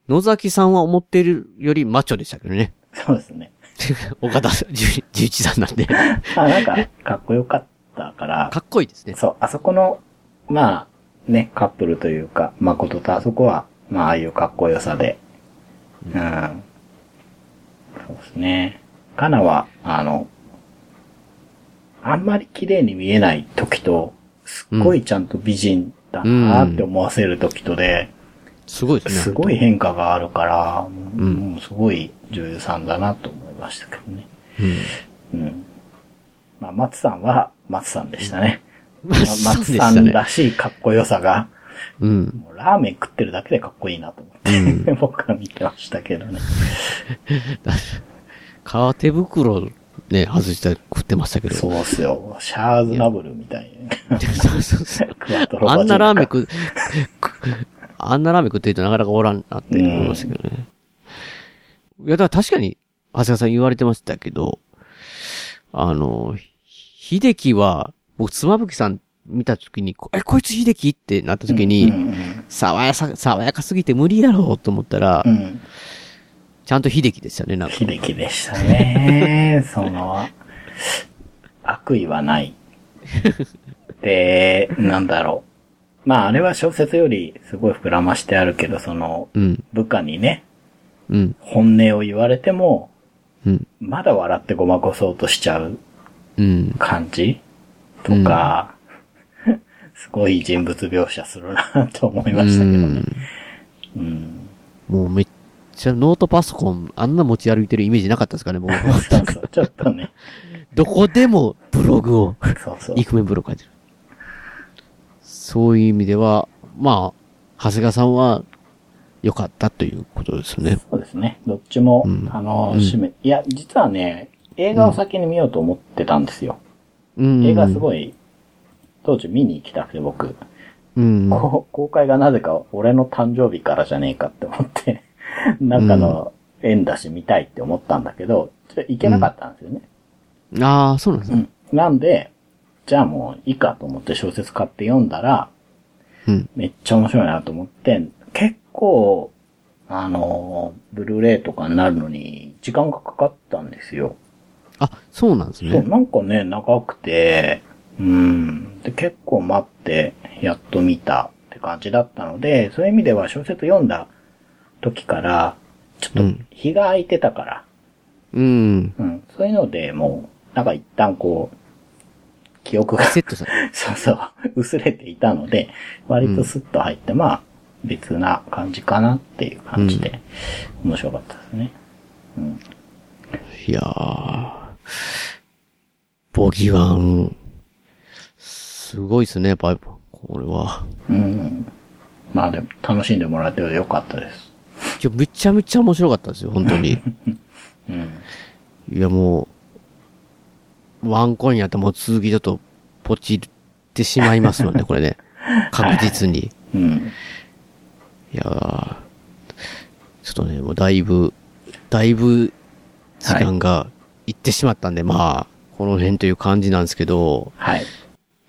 S2: 野崎さんは思っているよりマッチョでしたけどね。
S4: そうですね。
S2: 岡田さん十十一さん なんで。か
S4: あなんか、かっこよかったから、
S2: っこいいですね。
S4: そう、あそこの、まあ、ね、カップルというか、誠とあそこは、まあ、ああいうかっこよさで、うん。そうですね。カナは、あの、あんまり綺麗に見えない時と、すっごいちゃんと美人だなーって思わせる時とで、
S2: すごいですね。
S4: すごい変化があるから、
S2: う
S4: うんん、すごい女優さんだなと思いましたけどね。うん。まあ、松さんは、松さんでしたね。
S2: 松さんでしたね
S4: 松さんらしいかっこよさが、
S2: うん。
S4: もうラーメン食ってるだけでかっこいいなと思って。 僕は見てましたけどね。
S2: 革手袋ね、外して食ってましたけど。
S4: そうっすよ。シャーズナブルみたい な。
S2: そうそうそう
S4: クワトロバジルか
S2: あんなラーメン食う、あんなラーメン食ってる人なかなかおらんなって思いましたけどね。いや、だから確かに、長谷川さん言われてましたけど、あの、ひ秀樹は、僕、妻夫木さん見たときに、こえ、こいつ秀樹ってなったときに、爽やさ、爽やかすぎて無理だろうと思ったら、ちゃんと秀樹でしたね、なんか。
S4: 秀樹でした ね。その、悪意はない。で、なんだろう。まあ、あれは小説よりすごい膨らましてあるけど、その、
S2: うん。
S4: 部下にね、
S2: うん。
S4: 本音を言われても、
S2: うん
S4: まだ笑ってごまかそうとしちゃう
S2: うん。
S4: 感じとか、すごい人物描写するなと思いましたけどね。うん。
S2: もうめっちゃノートパソコン、あんな持ち歩いてるイメージなかったですかね、僕
S4: そうそう、ちょっとね。
S2: どこでもブログを、
S4: そうそう。
S2: イクメンブログ書いてる。そういう意味では、まあ、長谷川さんは良かったということですね。
S4: そうですね。どっちも、あの、締め、いや、実はね、映画を先に見ようと思ってたんですよ。
S2: うん。
S4: 映画すごい、当時見に行きたくて僕、
S2: うん。
S4: こう公開がなぜか俺の誕生日からじゃねえかって思って、 なんかの縁だし見たいって思ったんだけど、ちょっと行けなかったんですよね。
S2: ああ、そうなんですね。
S4: なんで、じゃあもういいかと思って小説買って読んだら、
S2: うん
S4: めっちゃ面白いなと思って、結構、あの、ブルーレイとかになるのに時間がかかったんですよ。
S2: あ、そうなんです
S4: そう、
S2: ね。
S4: なんかね、長くて、うん、で結構待って、やっと見たって感じだったので、そういう意味では小説読んだ時から、ちょっと日が空いてたから、
S2: うん。
S4: うん、そういうのでもう、なんか一旦こう、記憶が、
S2: セットさ
S4: そうそう、薄れていたので、割とスッと入って、まあ、別な感じかなっていう感じで、面白かったですね。うん。
S2: いやー。ボギワン。すごいですね、やっぱり、これは。
S4: うん。まあでも、楽しんでもらってよかったです。
S2: いや、めちゃめちゃ面白かったですよ、本当に。
S4: うん。
S2: いや、もう、ワンコインやってもう続きちょっと、ポチってしまいますよね、これね。確実に。
S4: うん。
S2: いやーちょっとね、もうだいぶ、だいぶ、時間がいってしまったんで、まあ、この辺という感じなんですけど、
S4: はい。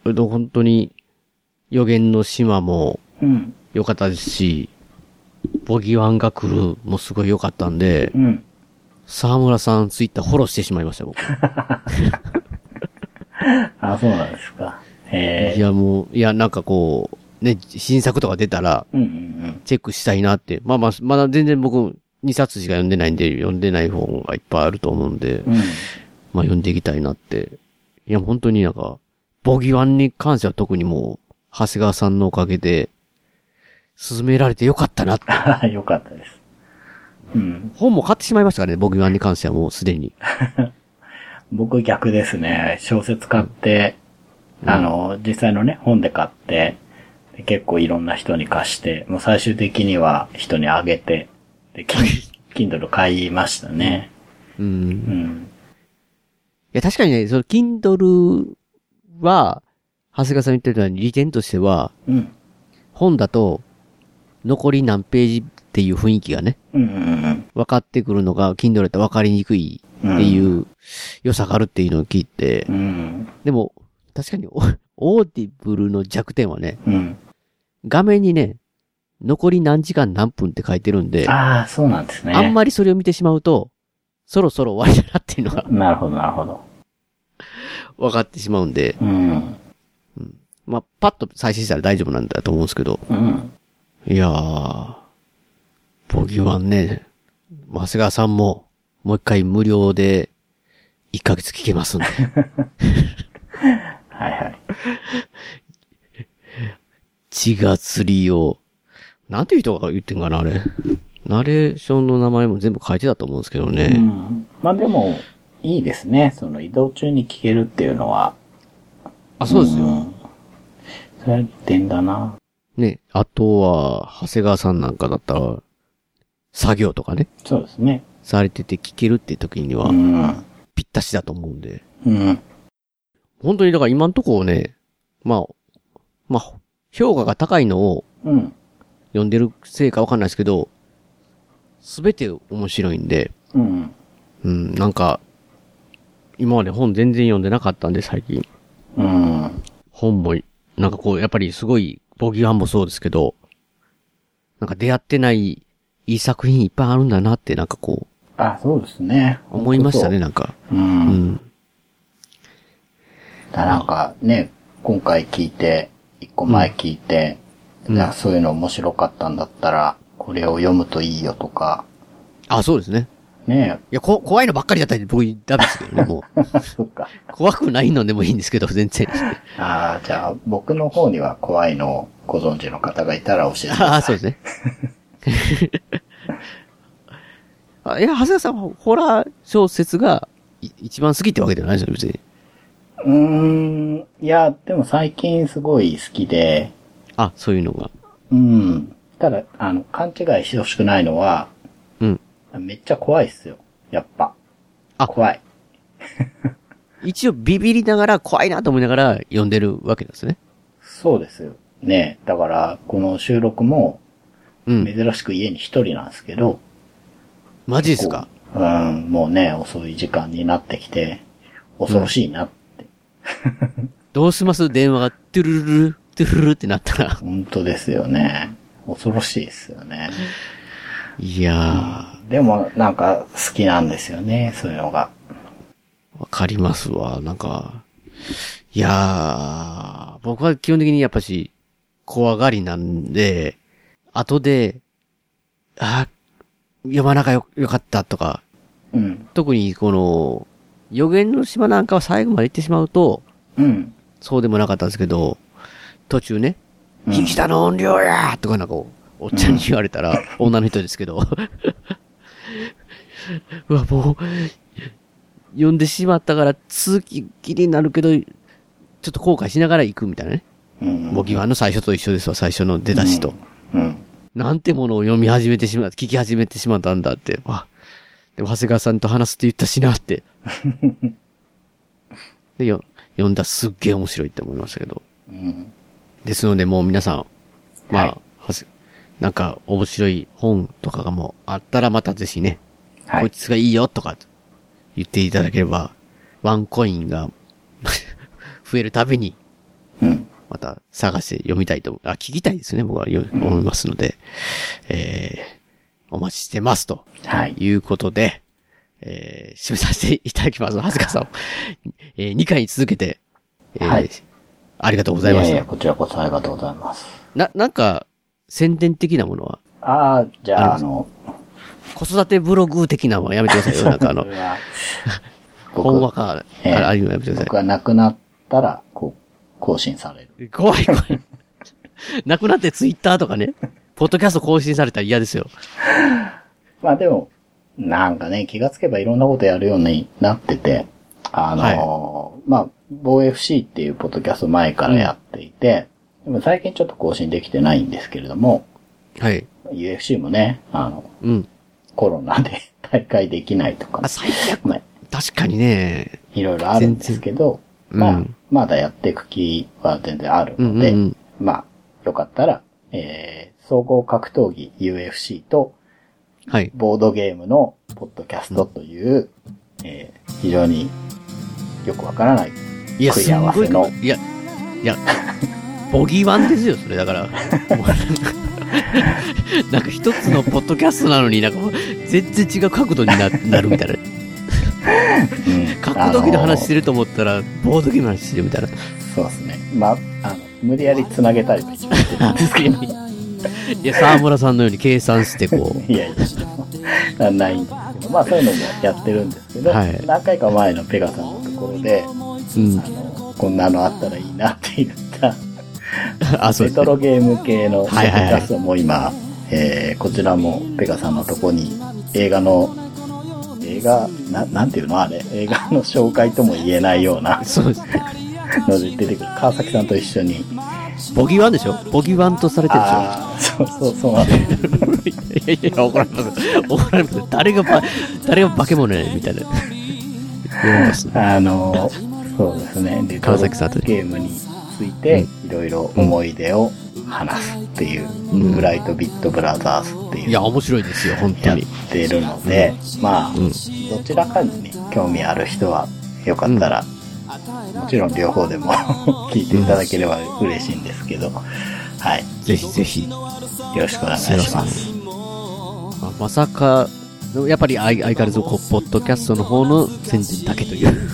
S2: えっと本当に、予言の島も
S4: うん。
S2: 良かったですし、ボギワンが来るもすごい良かったんで、
S4: うん。
S2: 沢村さんツイッターフォローしてしまいました、僕。
S4: あ、そうなんですか。え
S2: いや、もう、いや、なんかこう、ね、新作とか出たら、
S4: うんうん
S2: チェックしたいなって。まあまあ、まだ全然僕、2冊しか読んでないんで、読んでない本がいっぱいあると思うんで、
S4: うん。うん。
S2: まあ読んでいきたいなって。いや、本当になんか、ボギワンに関しては特にもう、長谷川さんのおかげで、進められてよかったなって。
S4: あ よかったです。うん。
S2: 本も買ってしまいましたからね、ボギワンに関してはもうすでに。
S4: 僕逆ですね。小説買って、
S2: うん
S4: あの、実際のね、本で買って、で結構いろんな人に貸して、もう最終的には人にあげて、で、キン Kindle 買いましたね。
S2: う。
S4: うん
S2: い
S4: ん。
S2: や、確かにね、その、Kindle は、長谷川さん言ってたように利点としては、
S4: うん。
S2: 本だと、残り何ページっていう雰囲気がね、
S4: うんうん
S2: 分かってくるのが、Kindle だと分かりにくいっていう良さがあるっていうのを聞いて
S4: う、ん。
S2: でも、確かに オ、オーディブルの弱点はね、
S4: うん。
S2: 画面にね、残り何時間何分って書いてるんで、あ
S4: ああ、そうなんですね。
S2: んまりそれを見てしまうと、そろそろ終わりだなっていうのが
S4: なるほど、なるほど。
S2: 分かってしまうんで、
S4: うん。
S2: まあ、パッと再生したら大丈夫なんだと思うんですけど、
S4: うん。
S2: いやー、ボギワンね、長谷川さんも、もう一回無料で、1ヶ月聞けますん で。
S4: はいはい。
S2: 血が釣りを、なんていう人が言ってんかな、あれ。ナレーションの名前も全部書いてたと思うんですけど
S4: う
S2: ね。
S4: ん。まあでも、いいですね。その移動中に聞けるっていうのは。
S2: あ、そうですよ。
S4: んそれは利点だな。
S2: ね、あとは、長谷川さんなんかだったら、作業とかね。
S4: そうですね。
S2: されてて聞けるって時には
S4: ん、
S2: ぴったしだと思うんで。
S4: うん。
S2: 本当にだから今んとこね、まあ、まあ、評価が高いのを
S4: うん。
S2: 読んでるせいかわかんないですけど、すべて面白いんで、
S4: うん。
S2: うん、なんか、今まで本全然読んでなかったんで、最近。
S4: うん。
S2: 本も、なんかこう、やっぱりすごい、ボギーワンもそうですけど、なんか出会ってない、いい作品いっぱいあるんだなって、なんかこう、
S4: あ、そうですね。
S2: 思いましたね、なんか。
S4: うん。
S2: うん。
S4: だなんかね、今回聞いて、一個前聞いて、いやそういうの面白かったんだったら、これを読むといいよとか、
S2: あ、そうですね。
S4: ね
S2: いや、こ、怖いのばっかりだったんで、僕、ダメですけどね、も う。怖くないのでもいいんですけど、全然。
S4: ああ、じゃあ僕の方には怖いのをご存知の方がいたら教えて ください。
S2: ああ、そうですね。あいや、長谷川さんはホラー小説がい一番好きってわけではないですよ、別に。
S4: うーん、いや、でも最近すごい好きで、
S2: あ、そういうのが。
S4: うん。ただ、あの、勘違いしてほしくないのは、
S2: うん。
S4: めっちゃ怖いっすよ。やっぱ。
S2: あ、
S4: 怖い。
S2: 一応ビビりながら怖いなと思いながら読んでるわけなんですね。
S4: そうですよ。ねだから、この収録も、
S2: うん
S4: 珍しく家に一人なんですけど、
S2: マジですか
S4: うん、もうね、遅い時間になってきて、恐ろしいな。
S2: どうします電話がトゥルルル、トゥルルルってなったら。
S4: 本当ですよね。恐ろしいですよね。
S2: いや
S4: でも、なんか、好きなんですよね、そういうのが。
S2: ー、わかりますわ。なんか、いやー、僕は基本的にやっぱし、怖がりなんで、後で、あー、読まなきゃよよかったとか、
S4: うん。
S2: 特にこの、予言の島なんかは最後まで行ってしまうと、
S4: うん。
S2: そうでもなかったんですけど、途中ね、
S4: うん
S2: 引田の音量やとかなんかこう、おっちゃんに言われたら、女の人ですけど、 うわ、もう、呼んでしまったから続き気になるけど、ちょっと後悔しながら行くみたいなね。
S4: うん。
S2: ボギワンの最初と一緒ですわ、最初の出だしと。
S4: うん。
S2: なんてものを読み始めてしまった、聞き始めてしまったんだって。わでも、長谷川さんと話すって言ったしな って。で、よ、読んだらすっげえ面白いって思いましたけど。
S4: うん。
S2: ですので、もう皆さん、まあ、はずなんか面白い本とかがもうあったらまたぜひね、
S4: はい
S2: こいつがいいよとか言っていただければ、ワンコインが 増えるたびに、また探して読みたいと思う、あ、聞きたいですね、僕はよ思いますので、えー、お待ちしてますと。
S4: はい。
S2: いうことで、えー、締めさせていただきます。はずかさん、えー、2回続けて、えー
S4: はい
S2: ありがとうございました。
S4: いやいや、こちらこそありがとうございます。
S2: な、なんか、宣伝的なものは
S4: ああ、じゃあ、
S2: あ
S4: あ
S2: り
S4: の、
S2: 子育てブログ的なのはやめてくださいよ。なんかあの
S4: それ、は 僕
S2: 本話か、あ
S4: ええ
S2: れ、あれやめてくださ
S4: 僕が亡くなったら、こう、更新される。
S2: い。怖い怖い。なくなってツイッターとかね、ポッドキャスト更新されたら嫌ですよ。
S4: まあでも、なんかね、気がつけばいろんなことやるようになってて、あのーまあ、防 FC っていうポッドキャスト前からやっていて、でも最近ちょっと更新できてないんですけれども、
S2: はい。
S4: UFC もね、あの、
S2: うん。
S4: コロナで 大会できないとか、
S2: 最悪、
S4: まあ
S2: 確かにね、
S4: いろいろあるんですけど、
S2: 全然
S4: まあ、
S2: うん
S4: まだやっていく気は全然ある
S2: うん
S4: の
S2: うんう
S4: で、
S2: ん。
S4: まあ、よかったら、えー、総合格闘技 UFC と、
S2: はい。
S4: ボードゲームのポッドキャストという、えー、非常によくわからない
S2: いや、
S4: 食
S2: す
S4: い合わ
S2: ご
S4: せ
S2: い
S4: の
S2: の。、いや、いや、ボギーワンですよ、それだから。 もうなんか一つのポッドキャストなのになんかもう全然違う角度にななるみたいな。 角度の話してると思ったら、ボードゲームの話してるみたいな。
S4: そうですね。まあ、あの、無理やり繋げたりもしてるんですけ ど、
S2: いや、沢村さんのように計算してこう。
S4: いやいや、ないんですけど、まあそういうのもやってるんですけど、
S2: はい
S4: 何回か前のペガさんのところで、
S2: うん。
S4: こんなのあったらいいなって言った、
S2: あ、そう
S4: レ
S2: です
S4: ト
S2: ね。
S4: ロゲーム系のポ
S2: はいはいは
S4: ッ
S2: い
S4: ドキャストも今、えーこちらもペガさんのとこに映画の、映画、ななんていうのあれ、映画の紹介とも言えないような
S2: そうですね。
S4: ので出てくる川崎さんと一緒に。
S2: ボギーワンでしょボギーワンとされてるでしょ
S4: ああ、そうそうそう。
S2: やいや、怒られます。 怒られます。誰がば、誰が化け物やねんみたいな。
S4: あの、そうですね。で、
S2: 川崎さんと
S4: ゲームについて、いろいろ思い出を話すっていう、ブライトビットブラザーズっていう。
S2: いや、面白いですよ、本当に。
S4: やってるので、まあ、どちらかにね、興味ある人は、よかったら、もちろん両方でも 聞いていただければ嬉しいんですけど、はい。
S2: ぜひぜひ。
S4: よろしくお願いします。
S2: まあまさか、やっぱり相相変わらずこう、ポッドキャストの方の先人だけという。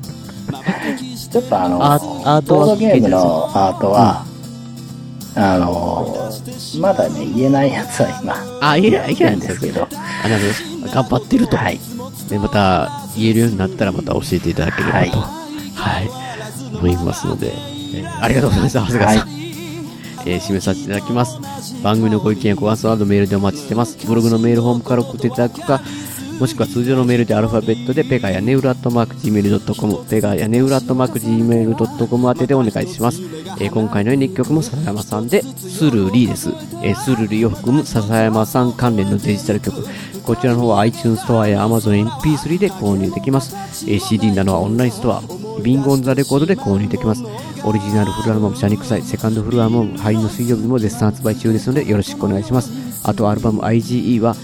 S4: ちょっとあの、
S2: アアートは
S4: ボードゲームのアートは、あの、まだね、言えないやつは今、
S2: あ、いや、
S4: やっ
S2: い
S4: て
S2: や
S4: るんですけど、
S2: あ、なるほど。頑張ってると。はい。で、また、言えるようになったらまた教えていただければと。はい。思いますので、えーありがとうございました、長谷川さん。えー締めさせていただきます。番組のご意見やご感想などメールでお待ちしてます。ブログのメールフォームから送っていただくか、もしくは通常のメールでアルファベットでペガやネウラットマーク Gmail.com、ペガやネウラットマーク Gmail.com 宛てでお願いします。えー今回の演劇曲も笹山さんで、スルリーです。えースルリーを含む笹山さん関連のデジタル曲、こちらの方は iTunes ストアや Amazon MP3 で購入できます。えー CD などはオンラインストア、ビンゴンザレコードで購入できます。オリジナルフルアルバム、シャニクサイ、セカンドフルアルバム、ハイの水曜日も絶賛発売中ですので、よろしくお願いします。あと、アルバム IGE は、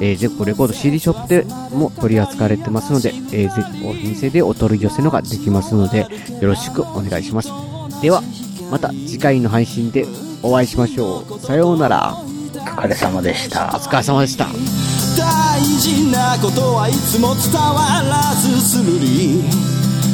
S2: えー、ゼッコレコード CD ショップでも取り扱われてますので、えー、ゼッコお店でお取り寄せのができますので、よろしくお願いします。では、また次回の配信でお会いしましょう。さようなら。
S4: お疲れ様でした。お
S2: 疲れ様でした。
S1: 大事なことはいつも伝わらずするり